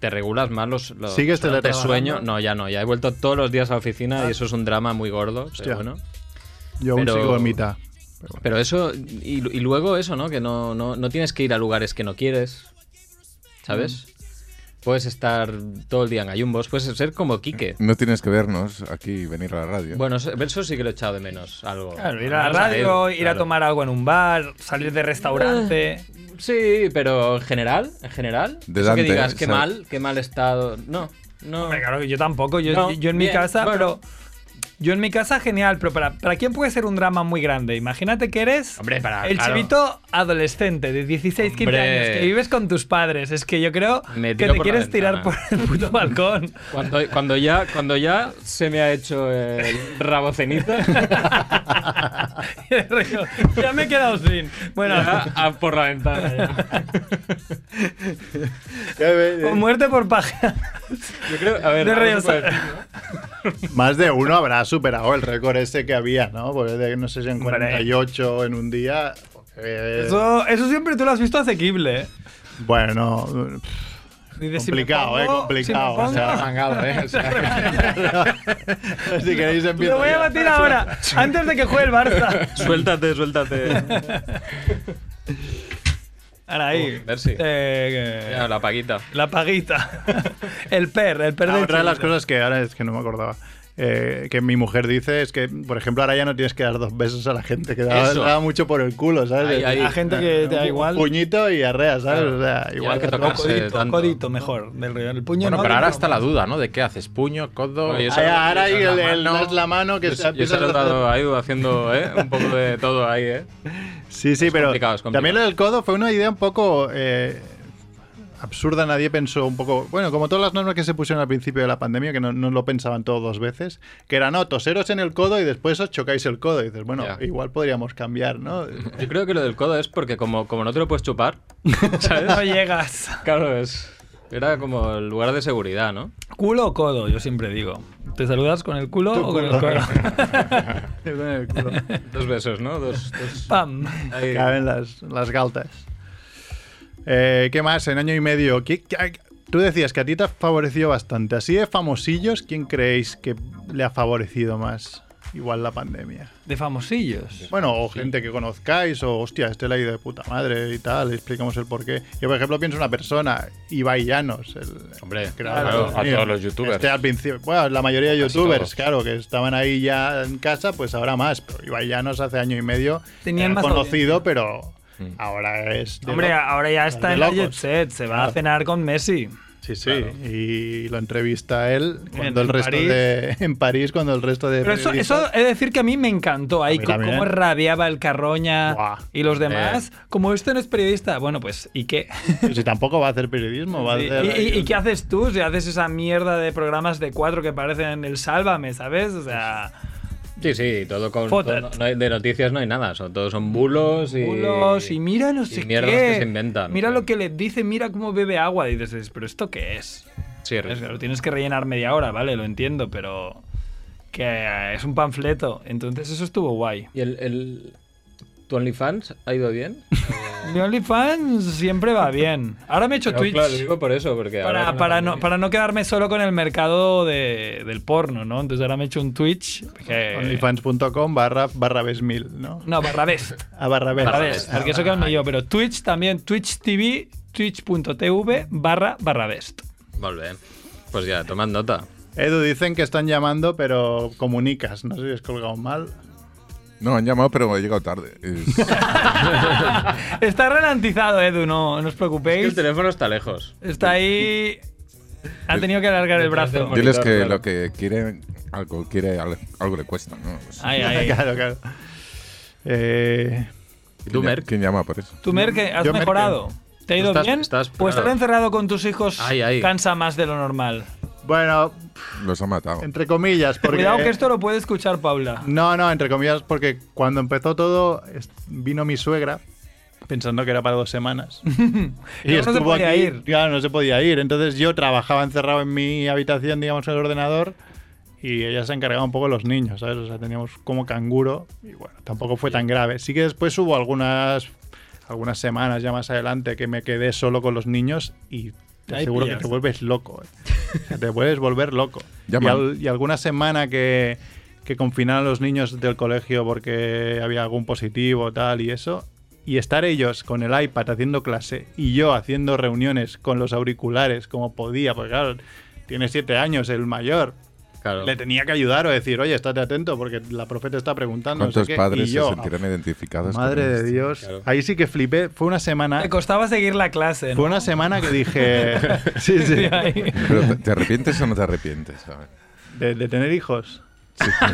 S3: Te regulas más los, los
S2: ¿Sigues
S3: te
S2: teletrabajando?
S3: sueño. No, ya no, ya he vuelto todos los días a la oficina
S2: Ah.
S3: y eso es un drama muy gordo,
S2: Hostia.
S3: pero bueno.
S2: Yo aún
S3: Pero-
S2: sigo en mitad.
S3: Pero eso, y, y luego eso, ¿no? Que no, no, no tienes que ir a lugares que no quieres, ¿sabes?
S2: Mm.
S3: Puedes estar todo el día en gallumbos, puedes ser como Quique.
S5: no tienes que vernos aquí y venir a la radio.
S3: Bueno, eso, eso sí que lo he echado de menos, algo.
S4: Claro, ir a la
S3: Además,
S4: radio,
S3: él,
S4: ir a
S3: claro. Eh,
S4: tomar algo en un bar, salir de restaurante.
S3: Sí, pero en general, en general.
S5: De
S3: eso
S5: Dante,
S3: que digas, qué
S5: o sea-
S3: mal, qué mal estado. No, no.
S4: Hombre, claro, yo tampoco. Yo,
S3: No,
S4: yo en mi
S3: bien,
S4: casa,
S3: bueno.
S4: pero. Yo en mi casa, genial, pero para, para quién puede ser un drama muy grande? Imagínate que eres
S3: Hombre, para-
S4: el
S3: claro.
S4: chivito adolescente de 16, 15
S3: Hombre.
S4: años que vives con tus padres. Es que yo creo
S3: Me
S4: que
S3: tiro
S4: te
S3: por la
S4: quieres tirar por
S3: ventana.
S4: el puto balcón.
S3: Cuando, cuando, ya, cuando ya se me ha hecho el rabo ceniza,
S4: ya me he quedado sin. Bueno,
S3: ya, a Ah, por la ventana. ya.
S4: con muerte por paja.
S3: Yo creo, a ver,
S4: De
S3: algo se
S4: Reyes.
S3: puede decir, ¿no?
S2: Más de uno habrá superado el récord ese que había, ¿no? Porque de- no sé si en
S4: Hombre.
S2: 48 en un día... eh,
S4: Eso, eso siempre tú lo has visto asequible. ¿eh?
S2: Bueno, no, pff,
S4: Dices, si me
S2: complicado,
S4: pongo-
S2: ¿eh? Complicado.
S4: si
S2: o
S4: me
S2: sea,
S4: pongo-
S3: mangado, ¿eh? O sea,
S2: si queréis
S4: Lo
S2: empiezo
S4: voy a
S2: yo.
S4: batir ahora, antes de que juegue el Barça.
S3: suéltate, suéltate.
S4: Ahora ahí.
S3: Uy, merci.
S4: Eh, eh,
S3: Ya, la paguita.
S4: la paguita. el per, el per
S2: Ah,
S4: del
S2: otra de las
S4: chiquito.
S2: cosas que ahora es que no me acordaba. eh, que mi mujer dice es que, por ejemplo, ahora ya no tienes que dar dos besos a la gente, que daba,
S3: Eso.
S2: daba mucho por el culo, ¿sabes? "Ah,
S3: Ahí, ahí.
S4: La gente que te da
S2: Un
S4: igual.
S2: Puñito y arrea, ¿sabes?
S3: Claro.
S2: O sea,
S3: Ya
S2: igual
S3: que
S2: da
S3: tocarse.
S2: todo.
S4: codito,
S3: tanto.
S4: codito mejor del río. El puño
S8: Bueno,
S4: no,
S8: pero
S4: del
S8: ahora
S4: codo.
S8: está la duda, ¿no? ¿De qué haces? ¿Puño, codo?
S3: Oye,
S8: Eso-
S2: Ahora- ahora ahí
S8: eso
S2: el,
S8: es la
S2: el-
S8: mano.
S2: das la mano que se
S3: Yo se lo he dado ahí haciendo ¿eh? un poco de todo ahí, ¿eh?
S2: Sí, sí,
S3: Es
S2: pero
S3: complicado, es complicado.
S2: también lo del codo fue una idea un poco eh, absurda. Nadie pensó un poco, bueno, como todas las normas que se pusieron al principio de la pandemia, que no, no lo pensaban todos dos veces, que era no, toseros en el codo y después os chocáis el codo. Y dices, bueno,
S3: Ya.
S2: igual podríamos cambiar, ¿no?
S3: Yo creo que lo del codo es porque como, como no te lo puedes chupar, ¿sabes?
S4: No llegas.
S3: Claro, es... Era como el lugar de seguridad, ¿no?
S4: ¿Culo o codo? Yo siempre digo. ¿Te saludas con el culo
S2: Tu
S4: o con el
S2: culo.
S4: codo?
S2: Con el culo.
S3: Dos besos, Pues, ¿no? Dos... dos-
S4: Pam.
S3: ahí.
S2: Caben las, las galtas. Eh, ¿Qué más? En año y medio. ¿Qué- qué- ay, tú decías que a ti te ha favorecido bastante. Así de famosillos, ¿quién creéis que le ha favorecido más? Igual la pandemia.
S4: De famosillos.
S2: Bueno, o gente que conozcáis, o hostia, este le ha ido de puta madre y tal, explicamos el porqué. Yo, por ejemplo, pienso en una persona, Ibai Llanos, el
S3: Hombre,
S2: creador
S8: claro,
S2: de
S8: a
S2: contenido.
S8: todos los youtubers.
S2: Este al principio, bueno, la mayoría de
S8: Casi
S2: youtubers,
S8: todos.
S2: claro, que estaban ahí ya en casa, pues ahora más, pero Ibai Llanos hace año y medio
S4: Tenían
S2: era
S4: más
S2: conocido, pero ahora es... de
S4: Hombre,
S2: lo-
S4: ahora ya está
S2: de
S4: en la
S2: locos.
S4: Jet Set. Se va a
S2: Claro.
S4: cenar con Messi.
S2: Sí, sí, y lo entrevista él cuando
S4: en
S2: el resto
S4: París.
S2: de... En París, cuando el resto de...
S4: Pero eso,
S2: periodistas-
S4: eso he de decir que a mí me encantó ahí,
S2: mí
S4: co-
S2: también.
S4: cómo rabiaba el Carroña
S2: Buah.
S4: y los demás. Como esto no es periodista, bueno, pues ¿y qué?
S2: Si tampoco va a hacer periodismo, va a
S4: ¿Y,
S2: hacer...
S4: y- y qué haces tú si haces esa mierda de programas de cuatro que parecen el Sálvame, ¿sabes? O sea,
S3: Sí, sí, todo con...
S4: Fotet.
S3: todo- no- no hay- de noticias no hay nada, son, todos son bulos y...
S4: bulos y mira no sé
S3: mierdas
S4: qué.
S3: que se inventan.
S4: Mira lo que le dice, mira cómo bebe agua. Y dices, pero ¿esto qué es?
S3: Sí,
S4: Es que lo tienes que rellenar media hora, vale, lo entiendo, pero que es un panfleto. Entonces eso estuvo guay.
S3: ¿Y el, el... tu OnlyFans ha ido bien?
S4: Mi OnlyFans siempre va bien. Ahora me he hecho
S3: No,
S4: Twitch.
S3: claro, lo digo por eso, porque ahora
S4: Para,
S3: con la
S4: para no,
S3: pandemia-
S4: para no quedarme solo con el mercado de- del porno, ¿no? Entonces ahora me he hecho un Twitch. que-
S2: Onlyfans.com barra, barra besmil, ¿no?
S4: No, barra vez.
S2: A barra
S4: Barra
S2: bes.
S4: vez, Porque eso que me yo, pero Twitch también, Twitch TV, twitch.tv barra barra best.
S3: Molt bé. Pues ya, tomad nota.
S2: Edu, dicen que están llamando, pero comunicas. No sé si es colgado mal.
S5: No, han llamado, pero he llegado tarde. Es-
S4: Está ralentizado, Edu, no, no os
S3: Es que el
S4: preocupéis.
S3: teléfono está lejos.
S4: Está ahí. Ha tenido que alargar el brazo.
S3: Monitor,
S5: Diles que
S3: claro.
S5: lo que quieren, algo, quiere, al- algo le cuesta, ¿no? Pues,
S4: Ahí, ahí.
S2: claro, claro. Eh,
S3: ¿Y
S5: ¿quién
S3: tú,
S5: lla-
S3: Merck?
S5: ¿Quién llama por eso?
S4: Tú, Mer, que has
S2: Yo, Mer,
S4: mejorado. ¿Te ha ido
S3: Estás-
S4: bien?
S3: estás-
S4: pues estar
S3: claro.
S4: encerrado con tus hijos
S3: Ay, ay.
S4: cansa más de lo normal.
S2: bueno,
S5: Los ha matado.
S2: entre comillas, porque...
S4: Cuidado que esto lo puede escuchar Paula.
S2: No, no, entre comillas, porque cuando empezó todo es- vino mi suegra pensando que era para dos semanas. y
S4: no se
S2: estuvo
S4: podía
S2: aquí,
S4: ir.
S2: Claro, no se podía ir. Entonces yo trabajaba encerrado en mi habitación, digamos, en el ordenador. Y ella se encargaba un poco de los niños, ¿sabes? O sea, teníamos como canguro. Y bueno, tampoco fue tan grave. Sí que después hubo algunas, algunas semanas ya más adelante que me quedé solo con los niños y te
S4: Ahí
S2: aseguro
S4: pillas.
S2: que te vuelves loco. eh. O sea, te puedes volver loco. Y,
S5: Llaman.
S2: al- y alguna semana que, que confinaron a los niños del colegio porque había algún positivo, tal y eso. Y estar ellos con el iPad haciendo clase y yo haciendo reuniones con los auriculares como podía, porque claro, tiene siete años el mayor.
S3: Claro.
S2: Le tenía que ayudar o decir, oye, estate atento porque la profeta está preguntando. no sé
S5: ¿Cuántos
S2: qué",
S5: padres
S2: y yo,
S5: se sentirán identificados? con
S2: Madre de
S5: esto?
S2: Dios.
S3: Claro.
S2: Ahí sí que flipé. Fue una semana.
S4: Me costaba seguir la clase.
S2: Fue
S4: ¿no?
S2: una semana que dije. sí, sí.
S4: Ahí.
S5: ¿Pero te, te arrepientes o no te arrepientes? A ver.
S2: De, de tener hijos.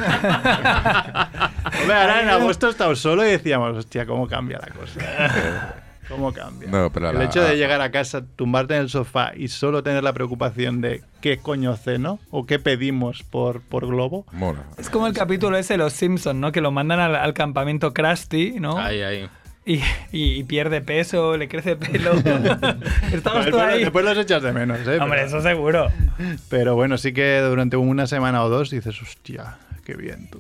S2: Hombre, ahora en agosto he estado solo y decíamos, hostia, cómo cambia la cosa. ¿Cómo cambia?
S5: No, pero
S2: el
S5: la-
S2: hecho de llegar a casa, tumbarte en el sofá y solo tener la preocupación de qué coño ceno o qué pedimos por, por globo.
S5: Mola.
S4: Es como el capítulo ese de los Simpsons, ¿no? Que lo mandan al, al campamento Krusty, ¿no?
S3: Ahí, ahí.
S4: Y, y- y pierde peso, le crece pelo. Estamos
S2: Después,
S4: todos ahí.
S2: después los echas de menos, ¿eh?
S4: Hombre,
S2: Pero-
S4: eso seguro.
S2: Pero bueno, sí que durante una semana o dos dices, hostia, qué bien tú.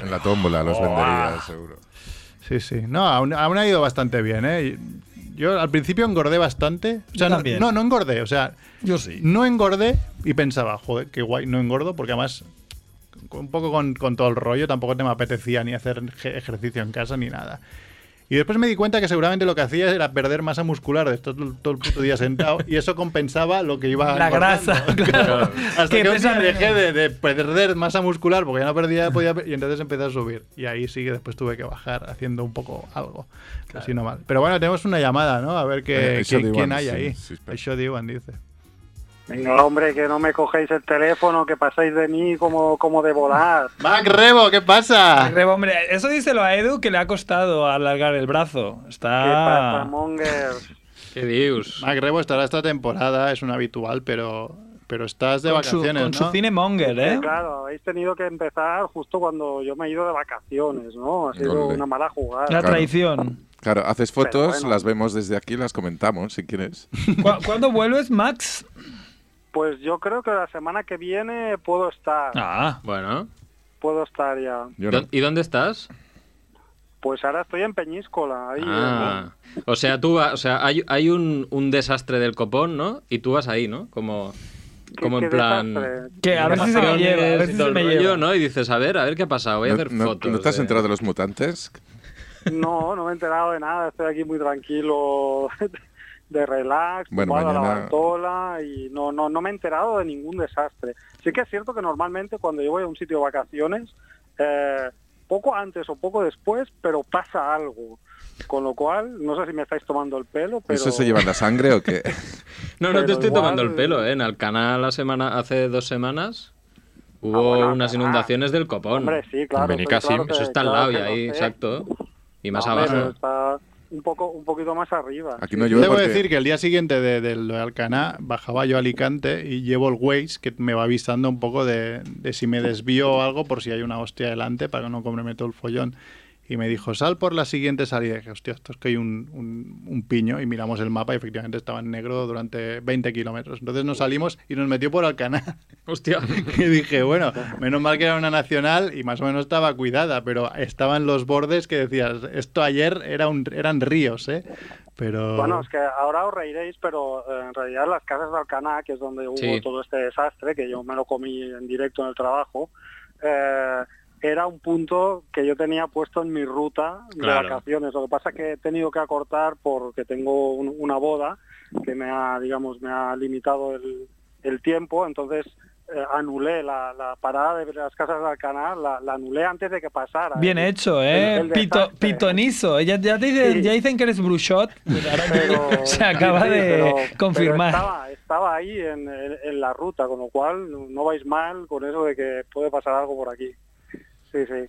S5: En la tómbola los vendería, seguro.
S2: Sí, sí. No, aún, aún ha ido bastante bien, ¿eh? Yo al principio engordé bastante. O sea,
S4: Yo
S2: no-
S4: también.
S2: No, no engordé. O sea,
S4: Yo sí.
S2: no engordé y pensaba, joder, qué guay, no engordo, porque además, con- un poco con, con todo el rollo, tampoco te me apetecía ni hacer ej- ejercicio en casa ni nada. Y después me di cuenta que seguramente lo que hacía era perder masa muscular de estar todo, todo el puto día sentado y eso compensaba lo que iba
S4: La
S2: engordando.
S4: grasa, claro.
S2: Hasta
S4: Que
S2: que, un día
S4: pesa
S2: dejé de, de perder masa muscular porque ya no perdía, podía, y entonces empecé a subir. Y ahí sí que después tuve que bajar haciendo un poco algo, así no mal. Pero bueno, tenemos una llamada, ¿no? A ver qué,
S5: Eh,
S2: quién,
S5: Shodi
S2: quién
S5: Wan,
S2: hay
S5: sí,
S2: ahí.
S5: sí, espera.
S2: Shodi Wan dice.
S7: Venga, hombre, que no me cogéis el teléfono, que pasáis de mí como, como de volar.
S2: Mac Rebo, ¿qué pasa?
S4: Reba, hombre, eso díselo a Edu que le ha costado alargar el brazo.
S7: ¿Qué pasa,
S4: Está.
S7: mongers?
S3: ¿Qué dios?
S2: Mac Rebo estará esta temporada, es un habitual, pero, pero estás de
S4: Con su,
S2: vacaciones,
S4: con
S2: ¿no?
S4: su cinemonger, ¿eh?
S7: Sí, claro, habéis tenido que empezar justo cuando yo me he ido de vacaciones, ¿no? Ha sido
S5: Ole.
S7: una mala jugada.
S4: La
S5: Claro.
S4: traición.
S5: Claro, haces fotos,
S7: Pero bueno.
S5: las vemos desde aquí, las comentamos si quieres.
S4: ¿Cu- ¿Cuándo vuelves, Max?
S7: Pues yo creo que la semana que viene puedo estar,
S4: Ah.
S3: Bueno.
S7: puedo estar ya.
S5: Yo no.
S3: ¿Y dónde estás?
S7: Pues ahora estoy en Peñíscola, ahí.
S3: Ah. O sea, tú vas, o sea, hay, hay un, un desastre del copón, ¿no? Y tú vas ahí, ¿no? Como,
S7: ¿Qué-
S3: como en
S7: qué
S3: plan.
S7: desastre?
S4: Que a ver si se me lleva. A ver si
S3: y todo
S4: se
S3: el
S4: me
S3: rollo,
S4: lleva.
S3: ¿no? Y dices, a ver, a ver qué ha pasado, voy a
S5: ¿No-
S3: hacer
S5: no-
S3: fotos. ¿eh?
S5: ¿No te has
S3: de-
S5: enterado de los mutantes?
S7: No, no me he enterado de nada, estoy aquí muy tranquilo, de relax,
S5: Bueno,
S7: tumbado a la
S5: mañana-
S7: bantola y no, no, no me he enterado de ningún desastre. Sí que es cierto que normalmente cuando yo voy a un sitio de vacaciones, eh, poco antes o poco después, pero pasa algo. Con lo cual, no sé si me estáis tomando el pelo, pero...
S5: ¿Eso se lleva en la sangre o qué?
S3: No, no te
S7: Pero
S3: estoy
S7: igual-
S3: tomando el pelo, ¿eh? En el canal la semana, hace dos semanas hubo
S7: bueno,
S3: unas
S7: ah,
S3: inundaciones del copón.
S7: Hombre, sí, claro.
S8: En
S7: sí,
S8: Benicàssim.
S7: claro que-
S3: Eso está al
S7: claro
S3: lado y
S7: que lo
S3: ahí,
S7: sé.
S3: exacto. Y más
S7: No, hombre, pues
S3: abajo.
S7: está un, poco, un poquito más arriba.
S5: Aquí
S7: sí.
S5: no llueve
S2: Debo
S5: porque-
S2: decir que el día siguiente de- del Alcaná bajaba yo a Alicante y llevo el Waze que me va avisando un poco de, de si me desvío o algo por si hay una hostia delante para que no comprarme todo el follón. Y me dijo, sal por la siguiente salida. Y dije, hostia, esto es que hay un, un- un piño. Y miramos el mapa y efectivamente estaba en negro durante 20 kilómetros. Entonces nos salimos y nos metió por Alcanar.
S3: Hostia.
S2: que dije, bueno, menos mal que era una nacional y más o menos estaba cuidada, pero estaban los bordes que decías, esto ayer era un, eran ríos, ¿eh? Pero...
S9: Bueno, es que ahora os reiréis, pero eh, en realidad las casas de Alcaná, que es donde hubo
S3: Sí.
S9: todo este desastre, que yo me lo comí en directo en el trabajo, eh, era un punto que yo tenía puesto en mi ruta de
S3: Claro.
S9: vacaciones. Lo que pasa es que he tenido que acortar porque tengo un- una boda que me ha, digamos, me ha limitado el, el tiempo, entonces eh, anulé la, la parada de las casas de Alcaná, la, la anulé antes de que pasara.
S4: Bien
S9: Es-
S4: hecho, ¿eh?
S9: El- el
S4: Pito-
S9: desastre.
S4: pitonizo. Ya, ya te dicen,
S9: Sí.
S4: ya dicen que eres bruchot.
S9: pero-
S4: Se acaba de confirmar.
S9: pero estaba, estaba ahí en, en- en la ruta, con lo cual no no vais mal con eso de que puede pasar algo por aquí. Sí, sí.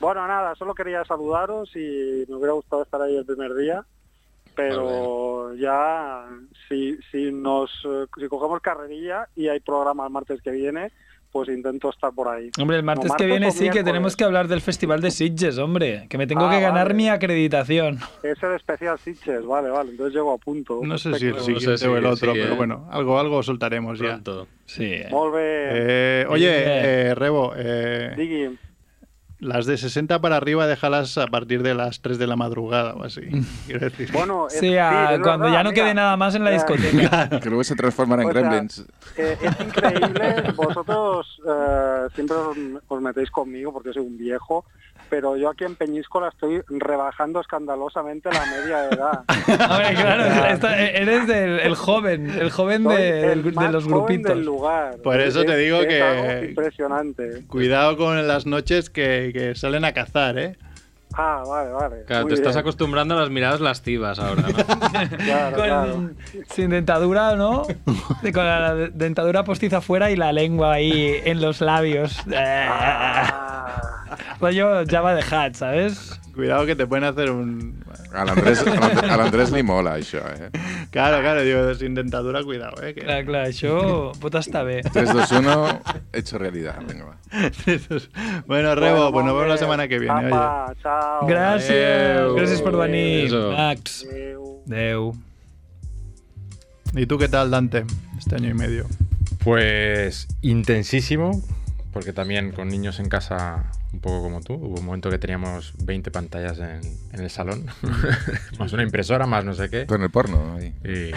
S9: Bueno, nada, solo quería saludaros y me hubiera gustado estar ahí el primer día, pero ya si, si nos eh, si cogemos carrerilla y hay programa el martes que viene, pues intento estar por ahí.
S4: Hombre, el martes
S9: No,
S4: que
S9: martes
S4: viene
S9: o
S4: sí que
S9: miércoles.
S4: tenemos que hablar del Festival de Sitges, hombre. Que me tengo
S9: Ah,
S4: que ganar
S9: vale.
S4: mi acreditación.
S9: Es el especial Sitches, vale, vale, entonces llego a punto.
S2: No sé si el
S3: No sé
S2: siguiente
S3: si
S2: o el
S3: el
S2: otro,
S9: ¿eh?
S3: siguiente.
S2: pero bueno, algo, algo soltaremos ya.
S3: Pronto.
S4: Sí.
S9: Volve,
S2: Eh, oye,
S4: Eh.
S2: eh, Rebo, eh,
S9: Diggy.
S2: las de 60 para arriba déjalas a partir de las 3 de la madrugada o así. Quiero decir.
S9: Bueno,
S4: O
S9: es-
S4: sea,
S9: sí, es
S4: cuando
S9: verdad,
S4: ya no quede
S9: mira.
S4: nada más en la
S9: Eh,
S4: discoteca.
S5: Que luego se transforman en
S9: O sea,
S5: gremlins.
S9: Eh, es increíble, vosotros eh, siempre os, os metéis conmigo porque soy un viejo, pero yo aquí en Peñíscola estoy rebajando escandalosamente la media de edad.
S4: Hombre, claro, esta- eh, eres el, el joven, el joven
S9: Soy
S4: de,
S9: el
S4: del- de
S9: más
S4: los
S9: joven
S4: grupitos.
S9: del lugar.
S2: Por eso te digo
S9: es
S2: que-
S9: algo impresionante.
S2: Cuidado con las noches que, que salen a cazar, ¿eh?
S9: Ah, vale, vale.
S3: Claro,
S9: Muy
S3: te estás
S9: bien.
S3: acostumbrando a las miradas lascivas ahora, ¿no?
S9: Claro, claro.
S4: Con- Sin dentadura, ¿no? De- Con la dentadura postiza fuera y la lengua ahí en los labios.
S9: Ah,
S4: Rollo Java de Hat, ¿sabes?
S2: Cuidado que te pueden hacer un...
S5: Al Andrés, al Andrés- al Andrés li mola això, eh?
S2: Claro, claro, digo, sin dentadura, cuidado, ¿eh? Que-
S4: Clar, clar, això puta està bé.
S5: 3, 2, 1, hecho realidad. Venga, va.
S2: bueno, Rebo, pues
S9: bueno,
S2: nos vemos la
S9: hombre,
S2: semana que viene. oye.
S9: apa, chao.
S4: Gràcies,
S3: Adeu.
S4: gràcies per venir,
S3: Adeu.
S4: Max.
S9: Adeu.
S4: Adeu.
S2: ¿Y tú qué tal, Dante? Este año y medio.
S8: Pues intensísimo, porque también con niños en casa, un poco como tú, hubo un momento que teníamos 20 pantallas en, en el salón, más una impresora, más no sé qué.
S5: Con el porno, ahí.
S8: Y,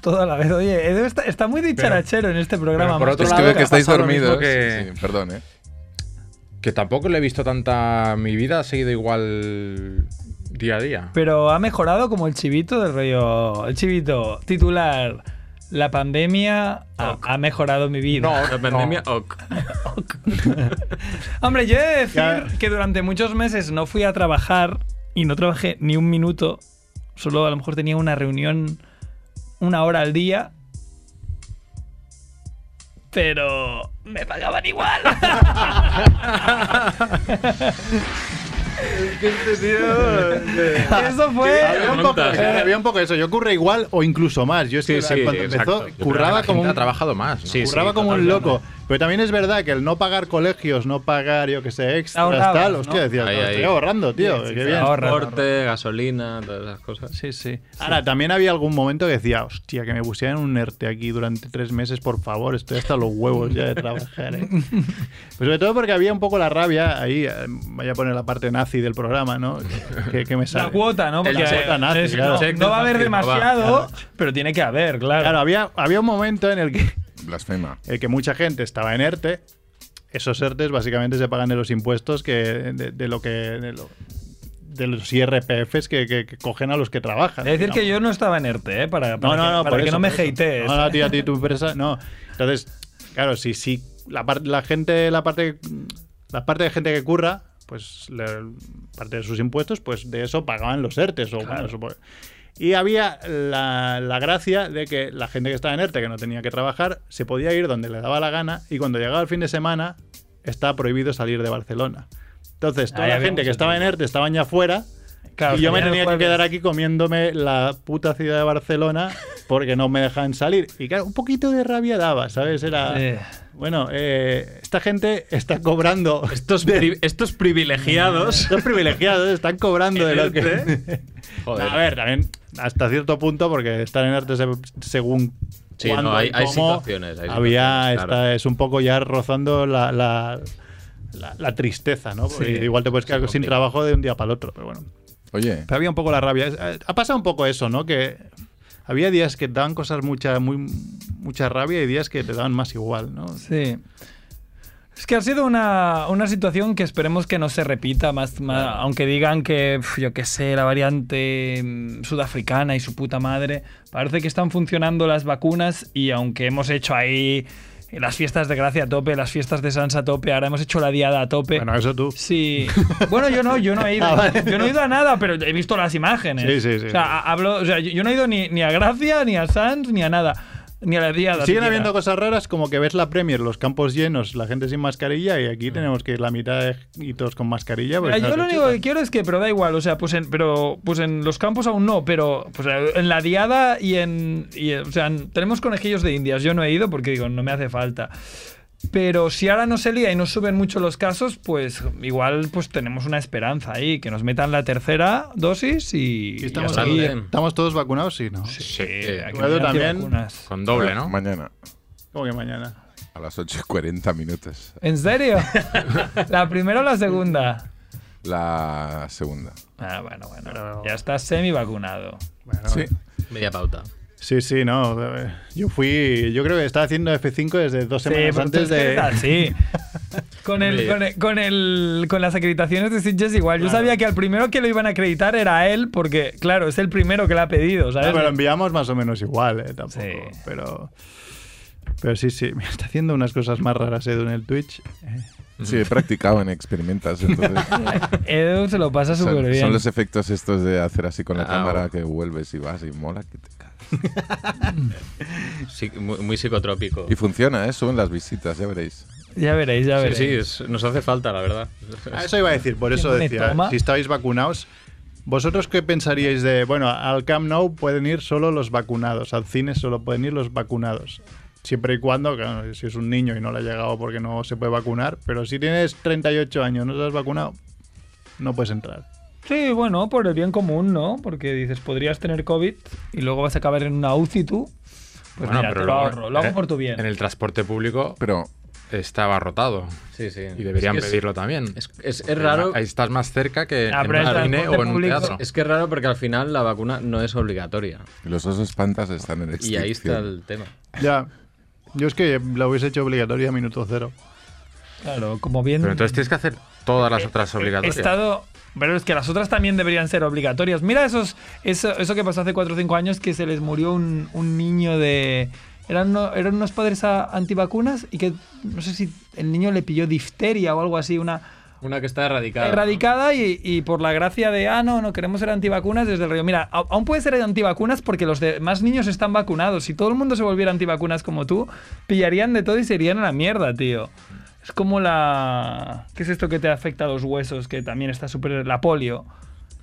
S4: Toda la vez. Oye, Edu está, está muy dicharachero en este programa.
S8: pero por
S4: Max.
S8: otro
S5: Es que
S8: lado,
S5: veo
S8: que
S5: que
S8: ha
S5: estáis
S8: pasado lo mismo
S5: dormidos.
S8: que-
S5: Sí, perdón, ¿eh?
S8: que tampoco le he visto tanta. Mi vida ha seguido igual día a día.
S4: Pero ha mejorado como el chivito del rollo. El chivito titular. La pandemia ha, ha mejorado mi vida.
S8: No,
S3: La pandemia, ok.
S4: Hombre, yo he de decir
S2: Ya.
S4: que durante muchos meses no fui a trabajar y no trabajé ni un minuto. Solo a lo mejor tenía una reunión una hora al día. Pero me pagaban igual. Eso
S2: Había
S4: fue.
S2: un, poco,
S3: preguntas,
S2: eh, había un poco eso. Yo ocurre igual o incluso más. Yo es que
S3: Sí, sí,
S2: cuando
S3: exacto.
S2: empezó,
S3: Yo creo
S2: curraba como
S8: ha
S2: un,
S8: trabajado más. ¿no?
S3: Sí,
S2: curraba como un
S3: totalmente.
S2: loco. Pero también es verdad que el no pagar colegios, no pagar, yo que sé, extras,
S4: Ahorrabas,
S2: tal,
S4: ¿no?
S2: hostia, decías,
S3: Ahí,
S2: "No,
S3: ahí.
S2: estoy ahorrando, tío,
S4: Sí, sí,
S2: qué
S4: sí,
S2: bien.
S4: ahorra.
S3: Transporte, gasolina, todas esas cosas.
S4: Sí, sí.
S2: Ahora, también había algún momento que decía, hostia, que me pusieran un ERTE aquí durante tres meses, por favor, estoy hasta los huevos ya de trabajar. ¿eh?". Pero sobre todo porque había un poco la rabia, ahí, eh, voy a poner la parte nazi del programa, ¿no? Que, que me sale.
S4: La cuota, ¿no? Porque
S2: La cuota nazi,
S4: es-
S2: claro.
S4: no, no va a haber
S3: Check-in, va,
S4: demasiado, pero tiene que haber, claro.
S2: Claro, había, había un momento en el que
S5: Blasfema.
S2: el que mucha gente estaba en ERTE, esos ERTEs básicamente se pagan de los impuestos que de, de lo que de, lo- de los IRPFs que, que- que cogen a los que trabajan.
S4: Es decir, que
S2: digamos.
S4: yo no estaba en ERTE, ¿eh? Para, para
S2: No, no,
S4: que,
S2: no,
S4: para
S2: por
S4: que
S2: eso,
S4: no me
S2: por eso.
S4: hatees.
S2: No, no, tío, a ti tu empresa, no. Entonces, claro, si si la parte la gente la parte la parte de gente que curra, pues la parte de sus impuestos, pues de eso pagaban los ERTES o bueno, supongo. Y había la, la gracia de que la gente que estaba en ERTE, que no tenía que trabajar, se podía ir donde le daba la gana y cuando llegaba el fin de semana estaba prohibido salir de Barcelona. Entonces, toda
S4: Ahí
S2: la
S4: había
S2: gente que
S4: mucho
S2: estaba en
S4: tiempo.
S2: ERTE estaban ya fuera
S4: Claro,
S2: y yo me
S4: salían
S2: tenía que
S4: jueves.
S2: quedar aquí comiéndome la puta ciudad de Barcelona porque no me dejaban salir. Y claro, un poquito de rabia daba, ¿sabes? Era.
S4: Sí.
S2: Bueno, eh, esta gente está cobrando.
S3: Estos, pri- estos privilegiados.
S2: Los privilegiados están cobrando de
S3: En
S2: lo
S3: el
S2: que.
S3: tren. Joder.
S2: A ver, también hasta cierto punto, porque están en arte se- según.
S3: Sí,
S2: cuándo
S3: no, hay-
S2: y
S3: hay
S2: cómo.
S3: situaciones, hay
S2: había,
S3: situaciones, claro.
S2: esta- es un poco ya rozando la, la, la- la tristeza, ¿no? Porque
S3: Sí,
S2: igual te puedes
S3: se
S2: quedar sin
S3: complica.
S2: trabajo de un día para el otro, pero bueno.
S5: Oye,
S2: Pero había un poco la rabia. Es- eh, Ha pasado un poco eso, ¿no? Que había días que te daban cosas mucha, muy, mucha rabia y días que te daban más igual, ¿no?
S4: Sí. Es que ha sido una, una situación que esperemos que no se repita, más, más- aunque digan que, pf, yo qué sé, la variante mm, sudafricana y su puta madre. Parece que están funcionando las vacunas y aunque hemos hecho ahí las fiestas de gracia a tope, las fiestas de Sansa a tope, ahora hemos hecho la diada a tope.
S2: Bueno, eso tú.
S4: Sí. Bueno, yo no, yo no he ido.
S2: Ah, vale.
S4: Yo no he ido a nada, pero he visto las imágenes.
S2: Sí, sí, sí.
S4: O sea, ha- hablo, o sea, yo yo no he ido ni, ni a Gracia, ni a Sanz, ni a nada. Ni a la diada.
S2: Siguen
S4: siquiera.
S2: habiendo cosas raras como que ves la Premier, los campos llenos, la gente sin mascarilla y
S4: Mm.
S2: aquí tenemos que ir la mitad de y todos con mascarilla. pues
S4: Mira,
S2: no
S4: yo
S2: se
S4: lo único que
S2: chutan.
S4: quiero es que, pero da igual, o sea, pues en, pero, pues en los campos aún no, pero pues en la diada y en, y, o sea, en- tenemos conejillos de indias, yo no he ido porque digo, no me hace falta. Pero si ahora no se lía y no suben mucho los casos, pues igual pues tenemos una esperanza ahí, que nos metan la tercera dosis y,
S2: Y estamos,
S4: y así-
S2: ahí, ¿Estamos todos vacunados? Sí, ¿no?
S8: Sí, eh,
S4: hay que
S2: Eduardo
S4: meter
S2: también.
S4: antivacunas.
S8: con doble, ¿no?
S5: mañana
S2: Como que mañana.
S5: a las 8.40 minutos.
S4: ¿En serio? ¿La primera o la segunda?
S5: La segunda.
S4: Ah, bueno, bueno. Ya estás semi vacunado.
S2: Bueno,
S5: Sí.
S3: Media pauta.
S2: sí, sí, no. Yo fui, yo creo que estaba haciendo F5 desde dos semanas
S4: pero
S2: antes
S4: tú
S2: de...
S4: eres pues tal, sí. Con, el,
S3: Hombre.
S4: con, el- con el- con las acreditaciones de Sitges igual. Yo
S2: Claro.
S4: sabía que al primero que lo iban a acreditar era él, porque, claro, es el primero que la ha pedido,
S8: Ah,
S4: ¿sabes?
S2: No, pero enviamos más o menos igual, ¿eh? Tampoco.
S4: Sí.
S2: Pero, pero sí, sí. Mira, está haciendo unas cosas más raras eh, Edu en el Twitch. eh.
S5: Sí, he practicado en experimentas, entonces.
S4: Edu se lo pasa
S5: son,
S4: súper bien.
S5: son los efectos estos de hacer así con la
S3: Ah,
S5: cámara
S3: bueno.
S5: que vuelves y vas y mola que te cagas.
S3: Sí, muy, muy psicotrópico.
S5: Y funciona, ¿eh? Suben las visitas, ya veréis.
S4: Ya veréis, ya
S3: Sí,
S4: veréis.
S3: sí, es- nos hace falta, la verdad.
S2: A Ah, eso iba a decir, por eso
S4: Siempre
S2: decía,
S4: toma.
S2: si estáis vacunados, ¿vosotros qué pensaríais de, bueno, al Camp Nou pueden ir solo los vacunados, al cine solo pueden ir los vacunados? Siempre y cuando, claro, si es un niño y no le ha llegado porque no se puede vacunar, pero si tienes 38 años, no te has vacunado, no puedes entrar.
S4: Sí, bueno, por el bien común, ¿no? Porque dices, podrías tener COVID y luego vas a acabar en una UCI tú. Pues
S8: Bueno, ¿eh?
S4: mira, te lo
S8: luego-
S4: ahorro, lo hago por tu bien.
S8: En el transporte público
S5: Pero
S8: estaba rotado.
S3: Sí, sí.
S8: Y deberían
S3: Es que es-
S8: pedirlo también.
S3: Es, es- es raro.
S8: Ahí estás más cerca que
S4: Ah,
S8: en
S4: pero el
S8: un cine
S4: transporte
S8: o en un
S4: público-
S8: teatro.
S3: Es que es raro porque al final la vacuna no es obligatoria.
S5: los osos pantas están en
S3: Y
S5: extinción.
S3: ahí está el tema.
S2: Ya, yo es que lo hubiese hecho obligatoria a minuto cero.
S4: Claro, como bien.
S8: Pero entonces tienes que hacer todas las otras obligatorias.
S4: Estado. Pero es que las otras también deberían ser obligatorias. Mira esos, eso, eso que pasó hace 4 o 5 años que se les murió un, un niño de. Eran, uno- eran unos padres a- antivacunas y que no sé si el niño le pilló difteria o algo así, una
S3: Una que está erradicada. ¿no?
S4: erradicada y, y por la gracia de, ah, no, no queremos ser antivacunas desde el río. Mira, a- aún puede ser antivacunas porque los demás niños están vacunados. Si todo el mundo se volviera antivacunas como tú, pillarían de todo y se irían a la mierda, tío. Es como la... ¿Qué es esto que te afecta a los huesos? Que también está súper... La polio.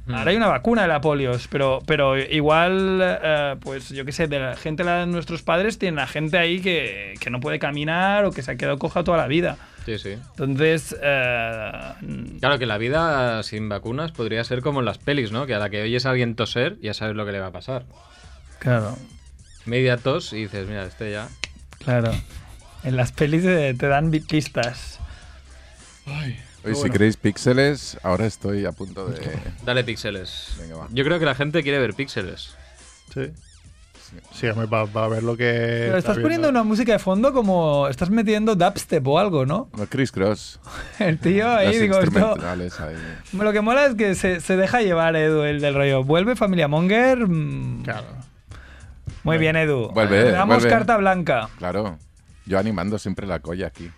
S4: Ahora hay una vacuna de la polio, pero, pero igual, eh, pues yo qué sé, de la gente la- nuestros padres tienen a gente ahí que, que no puede caminar o que se ha quedado coja toda la vida.
S3: Sí, sí.
S4: Entonces, eh,
S3: Claro que la vida sin vacunas podría ser como en las pelis, ¿no? Que a la que oyes a alguien toser ya sabes lo que le va a pasar.
S4: Claro,
S3: Media tos y dices, mira, este ya.
S4: claro. En las pelis eh, te dan vi- pistas.
S5: Oye, si queréis píxeles, ahora estoy a punto de...
S3: pues, Dale píxeles.
S5: Venga, va.
S3: Yo creo que la gente quiere ver píxeles.
S2: Sí. Sí, para ver lo que.
S4: Pero
S2: está
S4: estás poniendo
S2: viendo.
S4: una música de fondo como estás metiendo dubstep o algo, ¿no?
S5: No, Chris Cross.
S4: El tío ahí,
S5: las
S4: digo, esto...
S5: instrumentales ahí.
S4: Lo que mola es que se, se deja llevar, Edu, el del rollo. Vuelve Familia Monger. mm,
S2: Claro.
S4: Muy bien, Edu.
S5: Vuelve,
S4: Le damos
S5: vuelve.
S4: carta blanca.
S5: Claro. Yo animando siempre la colla aquí.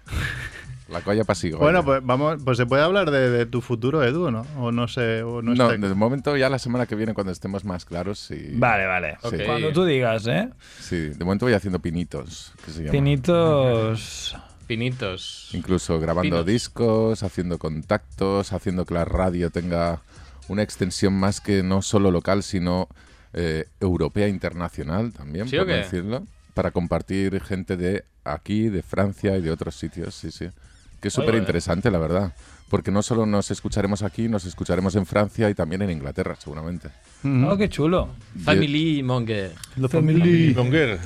S5: La colla pasigo.
S2: Bueno, pues vamos, pues se puede hablar de, de tu futuro, Edu, ¿no? O no sé, o no,
S5: No,
S2: está-
S5: de momento ya la semana que viene cuando estemos más claros sí.
S4: Vale, vale.
S5: Sí.
S3: Ok.
S4: Cuando tú digas, ¿eh?
S5: Sí, de momento voy haciendo pinitos, que se llama.
S4: Pinitos.
S3: Pinitos.
S5: Incluso grabando
S3: Pinos.
S5: discos, haciendo contactos, haciendo que la radio tenga una extensión más que no solo local, sino eh, europea, internacional también,
S3: ¿Sí o
S5: por
S3: qué?
S5: decirlo. para compartir gente de aquí, de Francia y de otros sitios, sí, sí. Que es súper interesante, la verdad. Porque no solo nos escucharemos aquí, nos escucharemos en Francia y también en Inglaterra, seguramente.
S4: Oh, qué chulo.
S3: Family Monger.
S2: Family.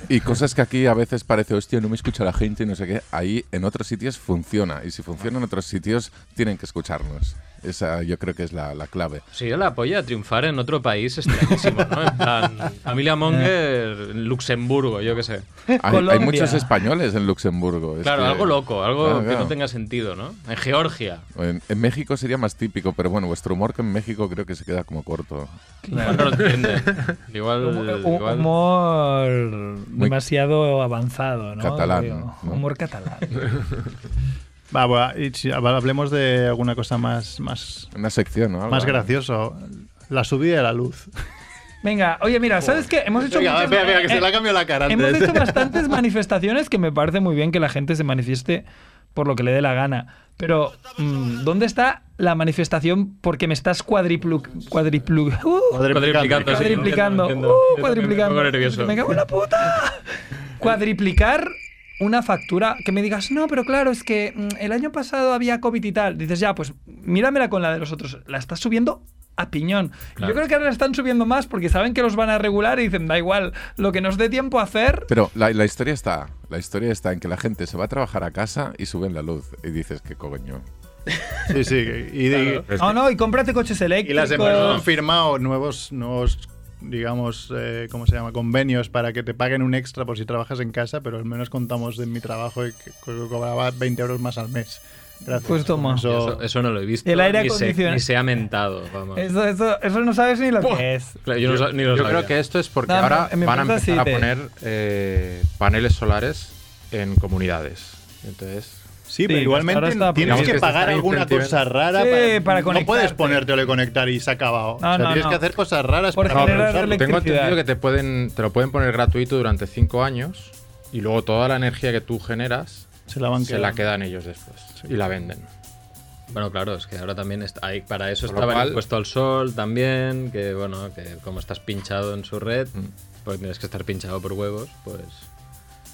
S5: Y cosas que aquí a veces parece, hostia, no me escucha la gente y no sé qué, ahí en otros sitios funciona. Y si funciona en otros sitios, tienen que escucharnos. Esa yo creo que es la, la clave.
S3: Sí, yo la apoyo a triunfar en otro país extrañísimo, ¿no? En plan, familia Monger, en Luxemburgo, yo qué sé.
S5: Hay, hay
S4: Colombia.
S5: muchos españoles en Luxemburgo. es
S3: Claro,
S5: Pues que-
S3: algo loco, algo
S5: Claro,
S3: que
S5: claro.
S3: no tenga sentido, ¿no? En Georgia.
S5: En, en México sería más típico, pero bueno, vuestro humor que en México creo que se queda como corto.
S3: Igual no lo entienden. Igual,
S4: Un
S3: igual-
S4: humor demasiado avanzado, ¿no?
S5: Catalán,
S4: Creo.
S5: ¿no?
S4: Humor catalán.
S2: Va, va, y si- va, hablemos de alguna cosa más, más,
S5: Una sección, ¿no? Algo,
S2: más
S5: ¿no?
S2: gracioso. La subida de la luz.
S4: Venga, oye, mira, ¿sabes qué? Hemos hecho muchas- eh,
S2: cambiado la cara
S4: Hemos hecho bastantes manifestaciones que me parece muy bien que la gente se manifieste por lo que le dé la gana. Pero, mm, ¿dónde está la manifestación? Porque me estás cuadriplu... cuadriplu... ¡Uh!
S3: Cuadriplicando, sí. Entiendo,
S4: cuadriplicando. ¡Uh!
S3: entiendo.
S4: Cuadriplicando.
S3: Me pongo nervioso.
S4: Me cago en la puta. Cuadriplicar una factura que me digas, no, pero claro, es que mm, el año pasado había COVID y tal. Dices, ya, pues míramela con la de los otros. La estás subiendo a piñón. Y Yo creo que ahora la están subiendo más porque saben que los van a regular y dicen, da igual, lo que nos dé tiempo a hacer.
S5: Pero la, la historia está, la historia está en que la gente se va a trabajar a casa y suben la luz y dices qué coño.
S2: Sí, sí. Y, y-
S8: Es
S4: Oh,
S8: que-
S4: no, y cómprate coches
S2: y
S4: eléctricos.
S2: las empresas han firmado nuevos, nuevos digamos, eh, ¿cómo se llama? Convenios para que te paguen un extra por si trabajas en casa, pero al menos contamos en mi trabajo y que co- cobraba 20 euros más al mes. Gracias.
S4: Pues toma.
S2: Eso-
S3: Eso, eso no lo he visto.
S4: El aire
S3: ni se-
S4: acondicionado.
S3: Ni se ha mentado, vamos.
S4: Eso, eso, eso no sabes ni lo que es.
S3: Claro, yo no sa- ni lo
S8: Yo
S3: sabía.
S8: creo que esto es porque
S4: No,
S8: ahora
S4: en mi
S8: van a
S4: empresa
S8: empezar
S4: sí
S8: a
S4: te-
S8: poner eh, paneles solares en comunidades. Entonces,
S2: Sí, pero
S4: Sí,
S2: igualmente
S4: hasta ahora está-
S2: tienes
S8: Digamos
S2: que
S8: que se
S2: pagar
S8: está
S2: alguna
S8: incentivando.
S2: cosa rara.
S4: Sí, para
S2: no puedes
S4: conectarte.
S2: ponértelo y conectar y se ha acabado.
S4: No,
S2: O sea,
S4: no,
S2: tienes
S4: no.
S2: que hacer cosas raras
S4: Por
S2: para
S4: generar
S2: aprovecharlo.
S4: ele-
S8: tengo
S4: electricidad.
S8: entendido que te pueden te lo pueden poner gratuito durante cinco años y luego toda la energía que tú generas
S2: Se la van
S8: se la quedan ellos después y la venden.
S3: Bueno, claro, es que ahora también est- hay, para eso
S8: Con lo
S3: estaba
S8: cual-
S3: el impuesto al sol también, que bueno, que como estás pinchado en su red, porque tienes que estar pinchado por huevos, pues...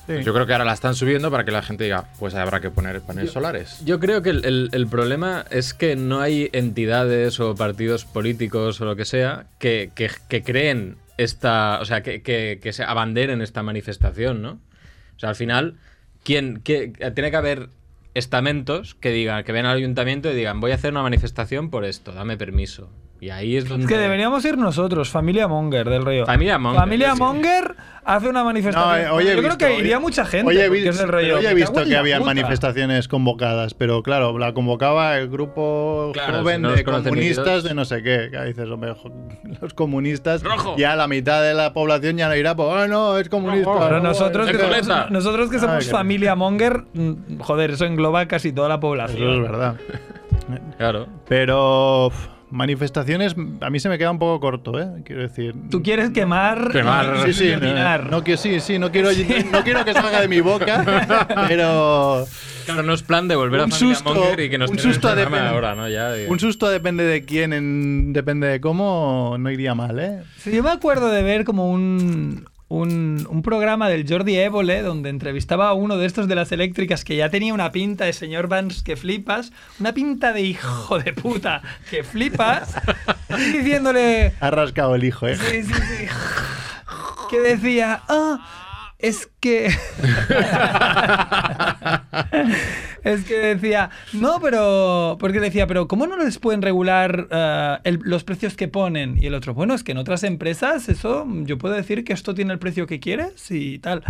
S2: Sí.
S8: Yo creo que ahora la están subiendo para que la gente diga, pues habrá que poner paneles solares.
S3: Yo creo que el, el- el problema es que no hay entidades o partidos políticos o lo que sea que, que- que creen esta, o sea, que, que- que se abanderen esta manifestación, ¿no? O sea, al final, ¿quién, qué- tiene que haber estamentos que digan, que ven al ayuntamiento y digan, voy a hacer una manifestación por esto, dame permiso. Y ahí es donde...
S4: Es que deberíamos ir nosotros, familia Monger del Río.
S3: Familia Monger,
S4: Familia
S3: sí.
S4: Monger hace una
S2: No,
S4: manifestación.
S2: eh, hoy he
S4: Yo creo
S2: visto-
S4: que iría
S2: hoy-
S4: mucha gente.
S2: hoy he,
S4: porque
S2: vi-
S4: es del rollo,
S2: hoy he
S4: "Me cago
S2: visto
S4: en
S2: que
S4: la
S2: habían
S4: puta".
S2: manifestaciones convocadas, pero claro, la convocaba el grupo
S3: Claro,
S2: joven
S3: no los
S2: de
S3: conocen ni
S2: comunistas
S3: Dios.
S2: de no sé qué. Que dices, hombre, jo- los comunistas,
S3: Rojo.
S2: ya la mitad de la población ya no irá, pues, ah, no, es comunista.
S4: Pero
S2: no,
S4: nosotros
S2: es
S4: que,
S3: ¡Qué
S2: que-
S4: somos,
S3: coleta!
S4: nosotros que somos
S2: qué-
S4: familia Monger, mm, joder, eso engloba casi toda la
S2: Eso es
S4: población.
S2: verdad.
S3: Claro.
S2: Pero uf, manifestaciones, a mí se me queda un poco corto, ¿eh? Quiero decir.
S4: Tú quieres quemar,
S8: Quemar.
S2: Sí, sí, no,
S4: opinar.
S2: no que- sí, sí, no quiero, no quiero que salga de mi boca, pero
S3: Claro, no es plan de volver a
S2: Ah. Un
S3: Familia
S2: susto-
S3: Monger y que nos
S2: un
S3: tengan el
S2: susto de
S3: programa
S2: pena.
S3: ahora, ¿no? Ya, digo.
S2: un susto depende de quién, en- depende de cómo, no iría mal, ¿eh?
S4: Sí, yo me acuerdo de ver como un, un, un programa del Jordi Évole donde entrevistaba a uno de estos de las eléctricas que ya tenía una pinta de señor Vance que flipas, una pinta de hijo de puta que flipas, y diciéndole
S2: Ha rascado el hijo, ¿eh?
S4: sí, sí, sí, que decía, ah, es que... Es que decía, no, pero. Porque decía, pero ¿cómo no les pueden regular eh, el- los precios que ponen? Y el otro, bueno, es que en otras empresas, eso, yo puedo decir que esto tiene el precio que quieres y tal.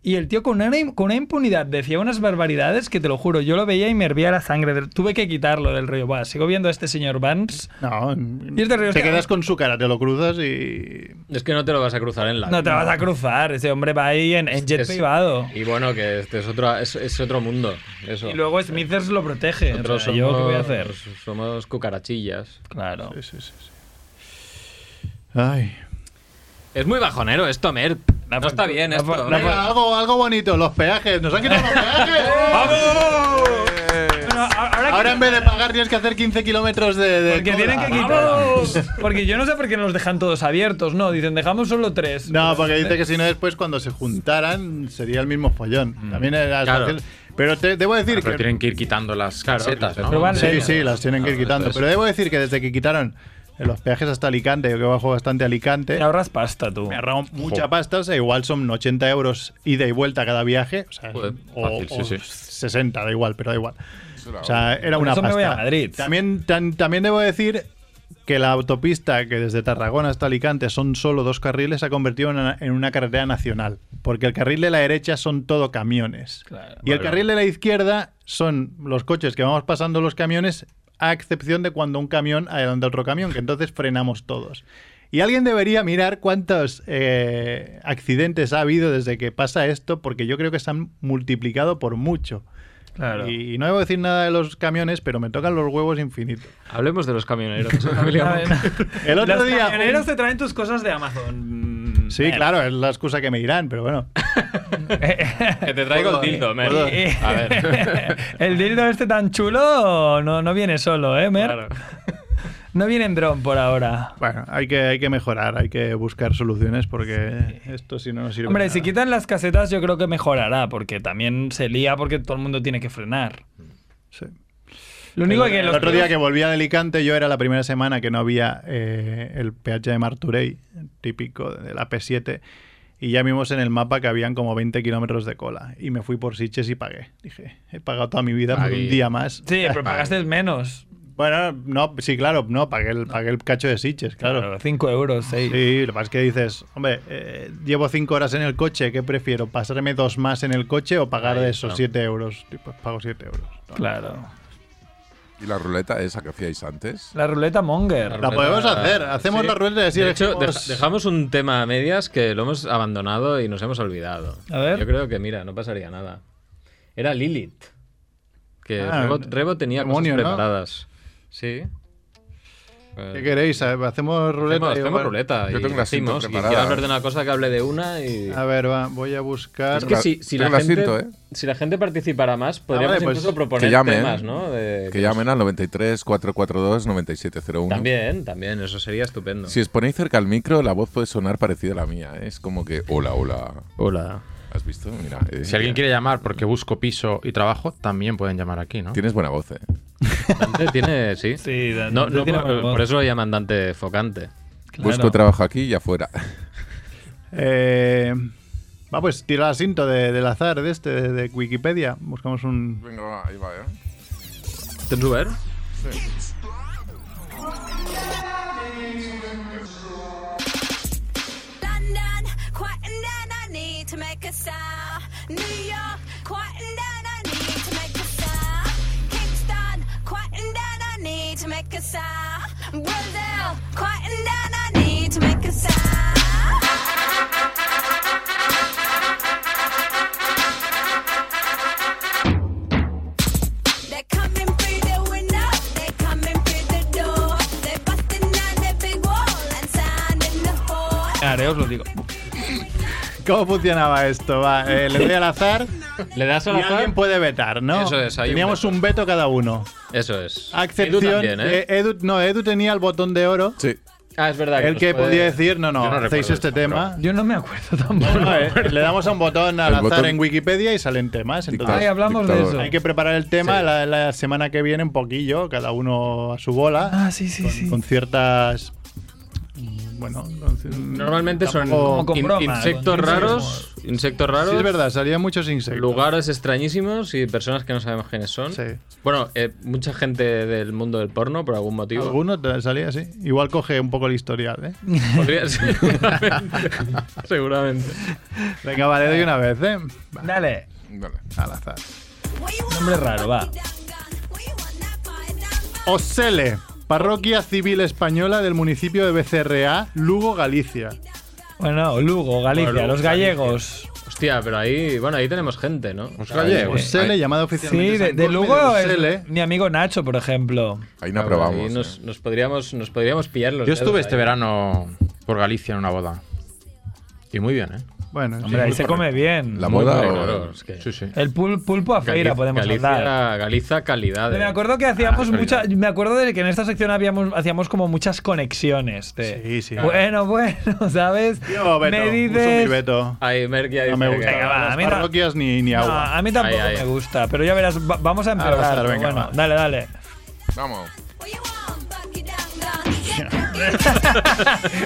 S4: Y el tío con una, im- con una impunidad decía unas barbaridades que te lo juro, yo lo veía y me hervía la sangre. de- Tuve que quitarlo del río. Buah, sigo viendo a este señor Vance.
S2: No,
S4: Y este es de Ríos
S2: te
S4: Ca-
S2: quedas con su cara, te lo cruzas y...
S3: Es que no te lo vas a cruzar ¿eh? en la
S4: No te
S3: vida.
S4: vas a cruzar, ese hombre va ahí en, en jet
S3: Es-
S4: privado.
S3: Y bueno, que este es otro, es, es otro mundo. Eso.
S4: Y luego Smithers lo protege. O
S3: Nosotros
S4: sea, ¿Yo qué voy a hacer?
S3: somos- Somos cucarachillas.
S4: Claro.
S2: Sí, sí, sí, sí. Ay.
S3: Es muy bajonero esto, Mert.
S4: La
S3: no está
S4: fa-
S3: bien
S4: la
S3: esto.
S4: fa-
S3: hombre.
S2: Venga, algo, algo bonito, los peajes. ¡Nos han quitado los peajes!
S4: ¡Vamos! Bueno, ahora que-
S2: Ahora en vez de pagar tienes que hacer 15 kilómetros de, de
S4: porque
S2: cola.
S4: tienen que quitar. Porque yo no sé por qué nos dejan todos abiertos, no. Dicen, dejamos solo tres.
S2: No, porque dice que si no después cuando se juntaran sería el mismo follón. También era
S3: Mm. Claro.
S2: fácil. Pero te, debo decir
S8: Pero
S2: que
S8: tienen que ir quitando las
S3: Claro,
S8: casetas, ¿no?
S4: pero Ah, vale.
S2: Sí, sí, las tienen que ir
S3: Claro,
S2: quitando.
S3: entonces-
S2: Pero debo decir que desde que quitaron los peajes hasta Alicante, yo que bajo bastante a Alicante,
S4: Te ahorras pasta, tú.
S2: me ahorraron mucha pasta. O sea, igual son 80 euros ida y vuelta cada viaje. O, sea,
S3: Joder,
S2: o-
S8: fácil, sí,
S2: o
S8: sí.
S2: 60, da igual, pero da igual. O sea, era
S4: Por
S2: una
S4: eso me
S2: pasta.
S4: voy a Madrid.
S2: También, tan- también debo decir que la autopista que desde Tarragona hasta Alicante son solo dos carriles se ha convertido en una, en una carretera nacional. Porque el carril de la derecha son todo camiones.
S4: Claro.
S2: y el carril de la izquierda son los coches que vamos pasando los camiones, a excepción de cuando un camión adelanta otro camión, que entonces frenamos todos. Y alguien debería mirar cuántos eh, accidentes ha habido desde que pasa esto, porque yo creo que se han multiplicado por mucho.
S4: Claro.
S2: Y, y no debo decir nada de los camiones, pero me tocan los huevos infinito.
S3: Hablemos de los camioneros.
S4: A
S3: familia.
S4: ver,
S2: El otro
S4: Los
S2: día.
S4: camioneros te traen tus cosas de Amazon. Mm,
S2: Sí,
S4: mierda.
S2: claro, es la excusa que me irán, pero bueno.
S3: que te traigo el
S2: Puedo-
S3: tildo, Mer.
S2: puedo-
S3: A ver.
S4: el dildo este tan chulo no, no viene solo, ¿eh, Mer?
S3: Claro.
S4: No viene en dron por ahora.
S2: Bueno, hay que, hay que mejorar, hay que buscar soluciones porque esto si no nos sirve.
S4: Hombre,
S2: nada.
S4: si quitan las casetas yo creo que mejorará, porque también se lía porque todo el mundo tiene que frenar.
S2: Sí.
S4: Lo único
S2: el,
S4: que
S2: el
S4: los
S2: otro día que volví a Alicante, yo era la primera semana que no había eh, el peaje de Marturey, típico de la P7, y ya vimos en el mapa que habían como 20 kilómetros de cola. Y me fui por Siches y pagué. Dije, he pagado toda mi vida por
S8: Pagué.
S2: un día más.
S4: Sí, pero pagaste menos.
S2: Bueno, no, sí, claro, no, pagué el, pagué el cacho de Siches, claro.
S4: 5 euros, 6.
S2: Sí, lo que pasa es que dices, hombre, eh, llevo cinco horas en el coche, ¿qué prefiero? ¿Pasarme dos más en el coche o pagar
S3: Ahí
S2: de
S3: está.
S2: esos 7 euros? Y Pues pago 7 euros.
S4: Claro.
S5: ¿Y la ruleta esa que hacíais antes?
S4: La ruleta Monger.
S2: La podemos hacer, hacemos la rueda de
S3: De hecho,
S2: elegimos-
S3: dej- dejamos un tema a medias que lo hemos abandonado y nos hemos olvidado.
S4: A ver.
S3: Yo creo que, mira, no pasaría nada. Era Lilith. Que
S2: Ah,
S3: Rebo, Rebo tenía
S2: demonio, ¿no?
S3: cosas preparadas. Sí. Eh,
S2: ¿Qué queréis? A- ¿Hacemos ruleta?
S3: hacemos,
S2: Yo-
S3: hacemos ruleta.
S5: Yo
S3: y
S5: tengo las cinco
S3: decimos, y
S5: preparadas.
S3: quiero hablar de una cosa que hable de una y...
S2: A ver, va, voy a buscar.
S3: Es que
S5: la-
S3: si, si
S5: tengo
S3: la
S5: el
S3: gente,
S5: asiento, ¿eh?
S3: si la gente participara más, podríamos
S2: vale, pues,
S3: incluso proponer
S5: que llamen,
S3: temas, ¿no? De-
S5: Que llamen al 93 442 9701.
S3: También, ¿eh? también, eso sería estupendo.
S5: Si os ponéis cerca al micro, la voz puede sonar parecida a la mía. ¿eh? Es como que, hola, hola.
S3: Hola.
S5: ¿Has visto? Mira. eh,
S8: Si alguien quiere llamar porque busco piso y trabajo, también pueden llamar aquí, ¿no?
S5: Tienes buena voz, ¿eh?
S3: Dante tiene, sí.
S4: Sí, Dante
S3: No, no,
S4: tiene
S3: por,
S4: buena voz.
S3: por eso lo llaman Dante Focante.
S5: Busco trabajo aquí y afuera.
S2: Eh, va, pues tira el asinto de, del azar de este, de, de Wikipedia. Buscamos un.
S5: Venga, va, ahí va, ¿eh?
S3: ¿Tens obert?
S10: London, quieten down, I need to make a sound. New York, quieten down, I need to make a sound. Kingston, quieten down, I need to make a sound. Brazil, quieten down, I need to make a sound. They're coming through the window, they're coming through the door. They're busting down the big wall and sounding the horn.
S4: Claro, os lo digo.
S2: ¿Cómo funcionaba esto? Va, eh, le doy al azar
S3: Le das
S2: y
S3: al azar.
S2: alguien puede vetar, ¿no?
S3: Eso es, hay un
S2: Teníamos
S3: veto.
S2: un veto cada uno.
S3: Eso es.
S2: A
S3: Edu
S2: excepción.
S3: también, ¿eh?
S2: de Edu, no, Edu tenía el botón de oro.
S5: Sí.
S3: ah, es verdad.
S2: El
S3: nos
S2: que
S3: puede-
S2: podía decir, no, no,
S8: Yo no
S2: hacéis
S8: recuerdo
S2: este
S8: eso,
S2: tema.
S4: Yo no me acuerdo tampoco.
S2: No, eh, le damos a un botón al
S5: El
S2: azar
S5: botón-
S2: en Wikipedia y salen temas. Entonces,
S4: Ay, hablamos de
S5: Dictador.
S4: eso.
S2: Hay que preparar el tema
S3: Sí.
S2: la, la semana que viene un poquillo, cada uno a su bola,
S4: Ah, sí, sí,
S2: con,
S4: sí.
S2: con ciertas... mm, Bueno, con cier-
S3: Normalmente son
S2: Tampoco-
S4: con
S3: in-
S4: broma,
S3: insectos
S4: con-
S3: raros. Insectos raros.
S2: Sí, es verdad, salían muchos insectos.
S3: Lugares extrañísimos y personas que no sabemos quiénes son.
S2: Sí.
S3: Bueno, eh, mucha gente del mundo del porno, por algún motivo.
S2: Alguno te salía así. Igual coge un poco el historial, ¿eh?
S3: Podría ser. seguramente. seguramente.
S2: Venga, vale, doy una vez, ¿eh? Va,
S4: Dale.
S5: Vale.
S2: al azar.
S4: Nombre raro, va.
S2: Osele, parroquia civil española del municipio de Becerreá, Lugo, Galicia.
S4: Bueno, Lugo, Galicia,
S3: Bueno, Lugo,
S4: los gallegos.
S3: Hostia, pero ahí. Bueno, ahí tenemos gente, ¿no?
S8: Los gallegos.
S2: Osele,
S8: Ahí-
S2: llamada oficialmente
S4: Sí, de,
S2: San
S4: de
S2: Cosme
S4: Lugo es
S2: Osele.
S4: mi amigo Nacho, por ejemplo.
S5: Ahí no
S3: Ah, bueno,
S5: aprobamos.
S3: ahí nos,
S5: ¿eh?
S3: nos podríamos, nos podríamos pillar los
S8: Yo estuve
S3: dedos
S8: este
S3: ahí.
S8: verano por Galicia en una boda. Y muy bien, ¿eh?
S2: Bueno, en
S4: Hombre,
S2: fin.
S4: ahí se come bien.
S5: La moda
S3: Muy
S5: o-
S3: claro, es que-
S8: Sí, sí.
S4: El pul- pulpo a feira
S3: Galiz-
S4: podemos
S3: Galicia,
S4: hablar.
S3: Galiza, calidad.
S4: Me
S3: eh.
S4: acuerdo que hacíamos
S3: Ah,
S4: mucha,
S3: calidad.
S4: me acuerdo de que en esta sección habíamos, hacíamos como muchas conexiones. de,
S2: Sí, sí.
S4: Bueno, bueno, ¿sabes?
S2: Yo, Beto,
S4: me
S2: uso mi
S4: dices.
S2: Beto.
S3: Ahí, Merck ya
S2: No
S3: dice
S2: me
S3: que-
S2: gustan
S4: Venga, va,
S2: las
S4: a mí no-
S2: parroquias ni, ni
S4: No,
S2: agua.
S4: a mí tampoco
S3: Ay, ay.
S4: me gusta, pero ya verás, va- vamos a empeorar.
S2: Arrasar,
S4: pero
S2: venga,
S4: bueno,
S2: va.
S4: dale, dale.
S5: Vamos.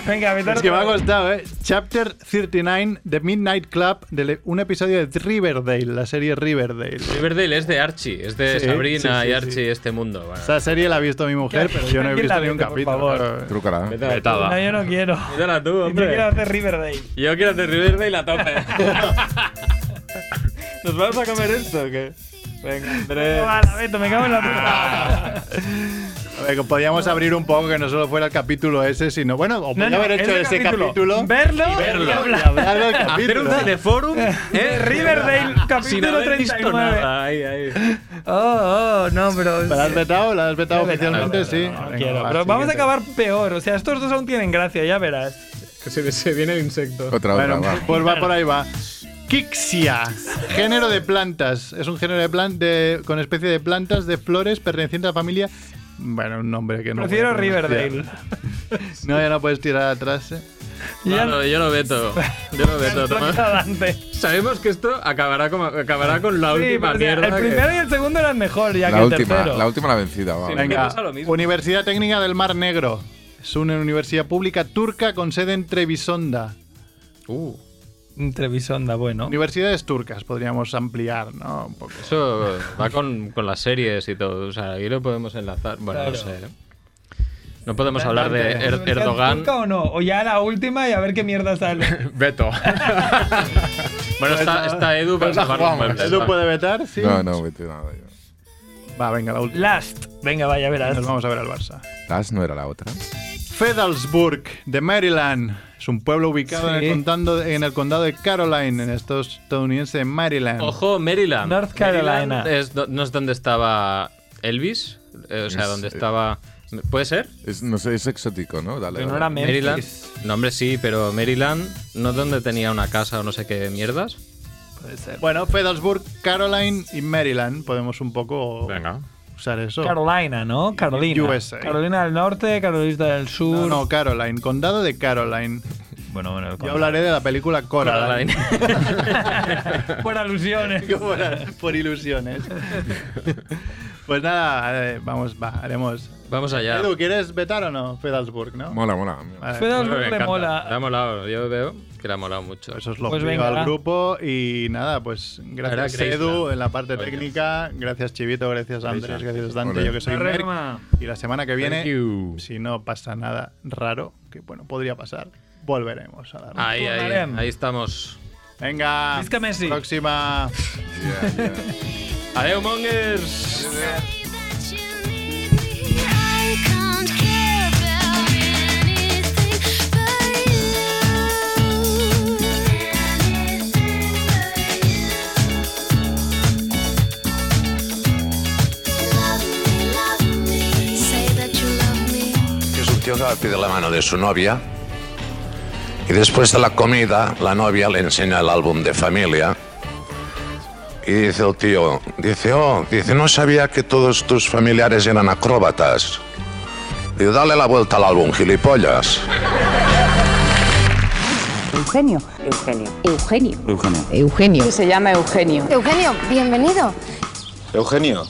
S4: Venga, Beto.
S2: Es que me ha costado, ¿eh? Chapter 39, The Midnight Club, de le- un episodio de Riverdale, la serie Riverdale.
S3: Riverdale es de Archie, es de
S2: Sí,
S3: Sabrina
S2: sí, sí,
S3: y Archie
S2: sí.
S3: este mundo. bueno.
S2: Esa serie la ha visto mi mujer, pero yo no he
S4: ¿Quién
S2: visto
S4: la
S2: ni
S4: viste,
S2: un
S4: por
S2: capítulo.
S4: favor?
S2: claro.
S5: Trucará.
S3: Vete a la-
S4: No,
S8: Petada.
S4: yo no quiero.
S3: vete a la tú,
S4: Yo quiero
S3: hombre.
S4: hacer Riverdale.
S3: Yo quiero hacer Riverdale la tope. ¿Nos vamos a comer esto o qué? Venga, Andrés.
S4: Vale, Beto, me cago en la puta.
S2: A ver, que podíamos abrir un poco que no solo fuera el capítulo ese, sino, bueno, o
S4: No,
S2: podía
S4: no,
S2: haber hecho
S4: ese
S2: ese
S4: capítulo.
S2: capítulo,
S4: Verlo
S2: y verlo
S4: y
S2: y
S4: hablar.
S2: hablar del
S3: Hacer
S2: capítulo.
S3: un teleforum
S4: Eh, Riverdale,
S3: sin
S4: capítulo
S3: haber visto
S4: 39.
S3: nada. Ahí, ahí.
S4: Oh, oh, no, pero.
S2: ¿La has vetado? ¿La has vetado
S4: Ya verás,
S2: oficialmente?
S4: ya verás,
S2: sí.
S4: no
S2: Venga,
S4: quiero.
S2: va,
S4: Pero vamos a
S2: Ah, siguiente.
S4: acabar peor. O sea, estos dos aún tienen gracia, ya verás.
S3: Que se, se viene el insecto.
S5: Otra, otra,
S2: Bueno,
S5: va.
S2: pues va por ahí va. Kixia, género de plantas. Es un género de plan de- con especie de plantas de flores perteneciente a la familia. Bueno, un nombre que no.
S4: Prefiero
S2: voy a pronunciar.
S4: Riverdale.
S2: No, ya no puedes tirar atrás. eh.
S4: Ya
S3: No, no, yo lo veto. Yo lo veto, Tomás.
S4: Adelante.
S3: Sabemos que esto acabará, como, acabará con la
S4: Sí,
S3: última
S4: pero, o sea,
S3: mierda.
S4: el
S3: que-
S4: primero y el segundo eran mejor, ya
S5: La
S4: que el
S5: última,
S4: tercero.
S5: la última la vencida. va.
S3: Sí,
S5: venga.
S3: pasa lo mismo.
S2: Universidad Técnica del Mar Negro. Es una universidad pública turca con sede en Trebisonda.
S3: Uh,
S4: Trevisonda, bueno.
S2: Universidades turcas, podríamos ampliar, ¿no? Un poco.
S3: eso va con, con las series y todo. O sea, ahí lo podemos enlazar. Bueno, no
S4: Claro.
S3: sé. No podemos hablar de Er-
S4: Adelante. ¿Universidad
S3: Erdogan.
S4: turca o no? O ya la última y a ver qué mierda sale.
S8: Beto.
S3: Bueno, está, está Edu para
S5: Pues
S8: Nos la
S3: salvar un
S8: jugamos.
S3: puente.
S2: ¿Edu puede vetar? Sí.
S5: No, no, vete nada. yo.
S2: Va, venga, la última.
S4: Last. Venga, vaya, verás.
S2: Nos vamos a ver al Barça.
S5: ¿Tas no era la otra?
S2: Fedelsburg, de Maryland. Es un pueblo ubicado en,
S4: Sí.
S2: el contando- en el condado de Caroline, en el estado estadounidense de Maryland.
S3: Ojo, Maryland.
S4: North Carolina.
S3: Maryland es do- no es donde estaba Elvis. eh, o sea,
S5: Es,
S3: donde
S5: eh,
S3: estaba. ¿Puede ser?
S5: Es, no sé, es exótico, ¿no? Dale,
S4: Pero no
S5: dale.
S4: era Memphis.
S3: Maryland. No, hombre, sí, pero Maryland no es donde tenía una casa o no sé qué mierdas.
S2: Bueno, Fedelsburg, Caroline y Maryland. Podemos un poco
S8: Venga.
S2: usar eso.
S4: Carolina, ¿no? Carolina.
S2: USA.
S4: Carolina del Norte, Carolina del
S2: No,
S4: Sur.
S2: no, Caroline, condado de Caroline.
S4: Bueno, bueno.
S2: Yo hablaré de la película Coraline.
S4: Por alusiones.
S2: Por, por ilusiones. Pues nada, eh, vamos, va, haremos.
S3: Vamos allá.
S2: Edu, ¿quieres vetar o no? Fedelsburg, ¿no?
S5: Mola, mola.
S2: Vale.
S4: Fedelsburg
S3: Me
S4: le
S3: encanta.
S4: mola.
S3: Le ha molado, yo veo que le ha molado mucho.
S2: Eso es lo
S4: Pues
S2: que
S4: venga,
S2: al
S4: va.
S2: grupo y nada, pues
S3: Ahora
S2: gracias
S3: Graceland.
S2: Edu en la parte
S3: Oye.
S2: técnica, gracias Chivito, gracias Andrés, gracias Dante,
S5: Ole.
S2: yo que soy
S4: La
S2: Merck.
S4: rema.
S2: Y la semana que
S8: Thank
S2: viene,
S8: you.
S2: si no pasa nada raro, que bueno, podría pasar, volveremos a la rama.
S3: Ahí, ahí,
S4: Turnarem.
S3: ahí estamos.
S2: Venga,
S4: Visca Messi.
S2: próxima.
S3: Adeu, mongers.
S11: Es un tío que va a pedir la mano de su novia y después de la comida la novia le enseña el álbum de familia y dice el tío, dice, oh, dice, no sabía que todos tus familiares eran acróbatas. Digo, dale la vuelta al álbum, gilipollas.
S12: Eugenio. Eugenio. Eugenio. Eugenio. Eugenio. Se llama Eugenio.
S10: Eugenio, bienvenido.
S11: Eugenio.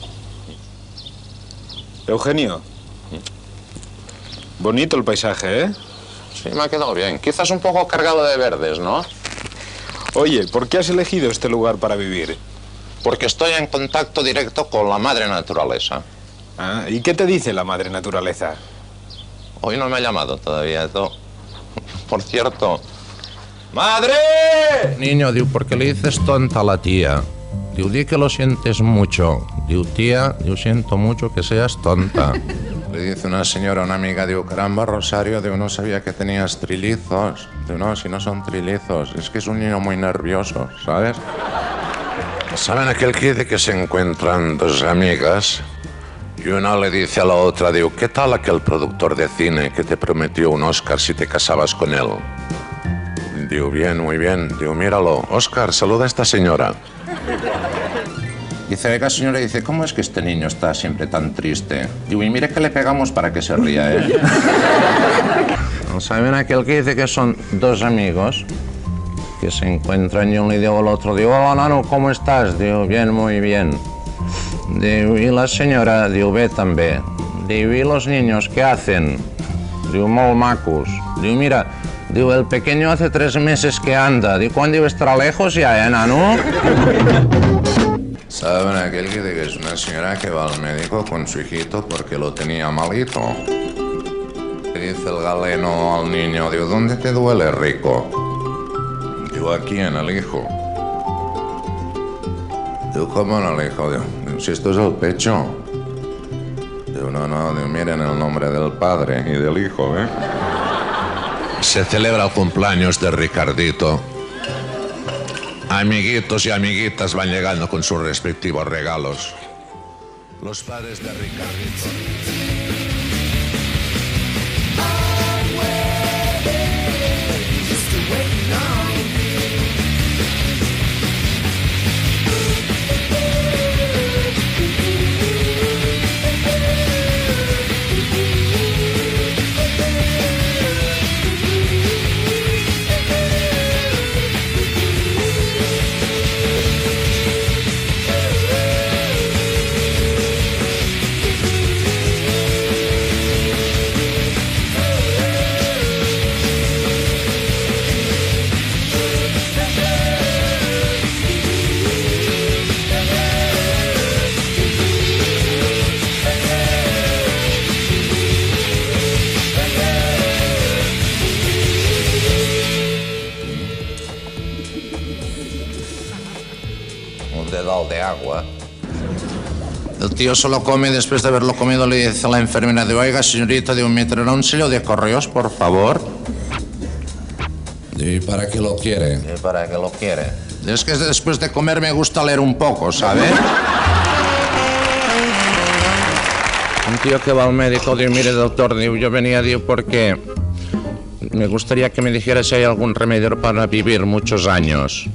S11: Eugenio. Bonito el paisaje, ¿eh? Sí, me ha quedado bien. Quizás un poco cargado de verdes, ¿no? Oye, ¿por qué has elegido este lugar para vivir? Porque estoy en contacto directo con la madre naturaleza. Ah, ¿y qué te dice la madre naturaleza? Hoy no me ha llamado todavía, esto. Por cierto. ¡Madre! Niño, digo, ¿por qué le dices tonta a la tía? Digo, di que lo sientes mucho. Digo, tía, yo siento mucho que seas tonta. Le dice una señora a una amiga, digo, caramba, Rosario, digo, no sabía que tenías trilizos. Digo, no, si no son trilizos, es que es un niño muy nervioso, ¿sabes? Pues ¿Saben aquel que dice que se encuentran dos amigas? Y una le dice a la otra, digo, ¿qué tal aquel productor de cine que te prometió un Oscar si te casabas con él? Digo, bien, muy bien. Digo, míralo. Oscar, saluda a esta señora. Dice, oiga señora, dice, ¿cómo es que este niño está siempre tan triste? Digo, y mire que le pegamos para que se ría, ¿eh? ¿Saben aquel que dice que son dos amigos? Que se encuentran y uno le digo al otro, digo, hola Nano, ¿cómo estás? Digo, bien, muy bien. Digo, y la señora, digo, ve también. Digo, ¿y los niños qué hacen? Digo, molt macos. Digo, mira, digo, el pequeño hace tres meses que anda. Digo, ¿cuándo digo, estará lejos ya, eh, Nano? ¿Saben aquel que dice que es una señora que va al médico con su hijito porque lo tenía malito? Le dice el galeno al niño, digo, ¿dónde te duele, rico? Digo, aquí en el hijo. Digo, ¿cómo en el hijo? Digo, si esto es el pecho. Digo, no, no, digo, miren el nombre del padre y del hijo, ¿eh? Se celebra el cumpleaños de Ricardito. Amiguitos y amiguitas van llegando con sus respectivos regalos. Los padres de Ricardito. un dedal de agua. El tío se lo come y después de haberlo comido le dice a la enfermera de oiga señorita de un metro un sello de correos por favor. ¿Y para qué lo quiere? ¿Y para qué lo quiere? Es que después de comer me gusta leer un poco, ¿sabe? un tío que va al médico dice mire doctor, digo, yo venía digo, porque me gustaría que me dijera si hay algún remedio para vivir muchos años.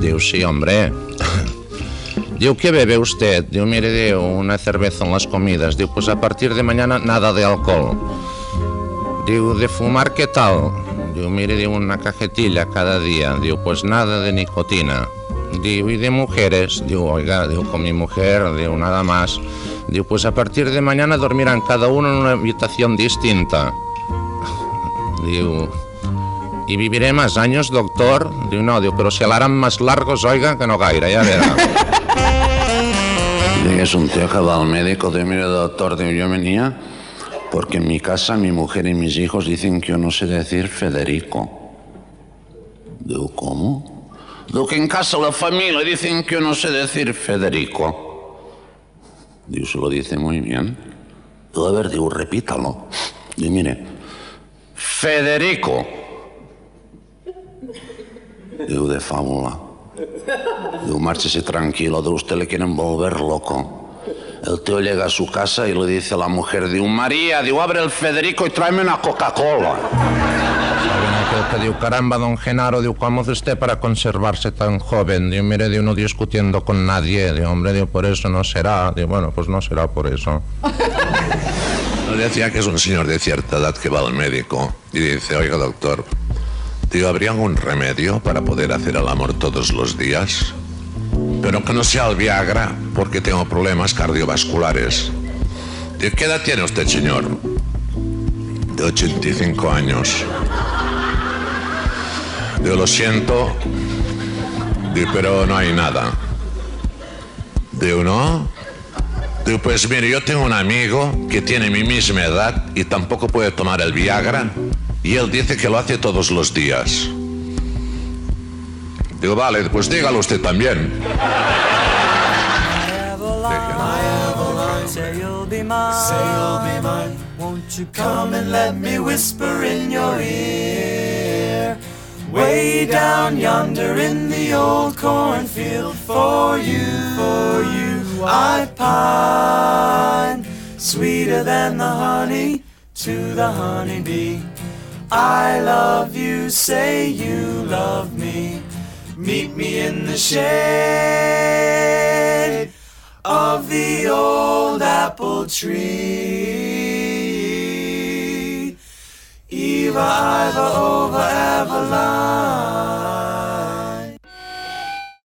S11: Digo, sí, hombre. Digo, ¿qué bebe usted? Digo, mire, digo, una cerveza en las comidas. Digo, pues a partir de mañana nada de alcohol. Digo, ¿de fumar qué tal? Digo, mire, digo, una cajetilla cada día. Digo, pues nada de nicotina. Digo, ¿y de mujeres? Digo, oiga, digo, con mi mujer, digo, nada más. Digo, pues a partir de mañana dormirán cada uno en una habitación distinta. Digo, ¿Y viviré más años, doctor? Digo, no, digo, pero se harán más largos, oiga, que no gaira, ya verá. es un tío que va al médico, digo, mire, doctor, digo, yo venía porque en mi casa mi mujer y mis hijos dicen que yo no sé decir Federico. Digo, ¿cómo? Digo, que en casa la familia dicen que yo no sé decir Federico. Digo, se lo dice muy bien. Digo, a ver, digo, repítalo. Digo, mire, Federico. Digo, de fábula. Digo, márchese tranquilo, de usted le quieren volver loco. El tío llega a su casa y le dice a la mujer, digo, María, digo, abre el Federico y tráeme una Coca-Cola. Saben aquel que digo, caramba, don Genaro, digo, ¿cómo hace usted para conservarse tan joven? Digo, mire, digo, no discutiendo con nadie. Digo, hombre, digo, por eso no será. Digo, bueno, pues no será por eso. Decía que es un señor de cierta edad que va al médico y dice, oiga, doctor, Digo, ¿habría algún remedio para poder hacer el amor todos los días? Pero que no sea el Viagra, porque tengo problemas cardiovasculares. Digo, ¿qué edad tiene usted, señor? De 85 años. Digo, lo siento. Digo, pero no hay nada. Digo, ¿no? Digo, pues mire, yo tengo un amigo que tiene mi misma edad y tampoco puede tomar el Viagra. Y él dice que lo hace todos los días. Digo, vale, pues dígalo usted también.
S13: Say you'll be mine. Say you'll be mine. Won't you come and let me whisper in your ear? Way down yonder in the old cornfield, for you, for you, I pine. Sweeter than the honey to the honeybee. I love you, say you love me. Meet me in the shade of the old apple tree. Eva, Iva, over, Avalon.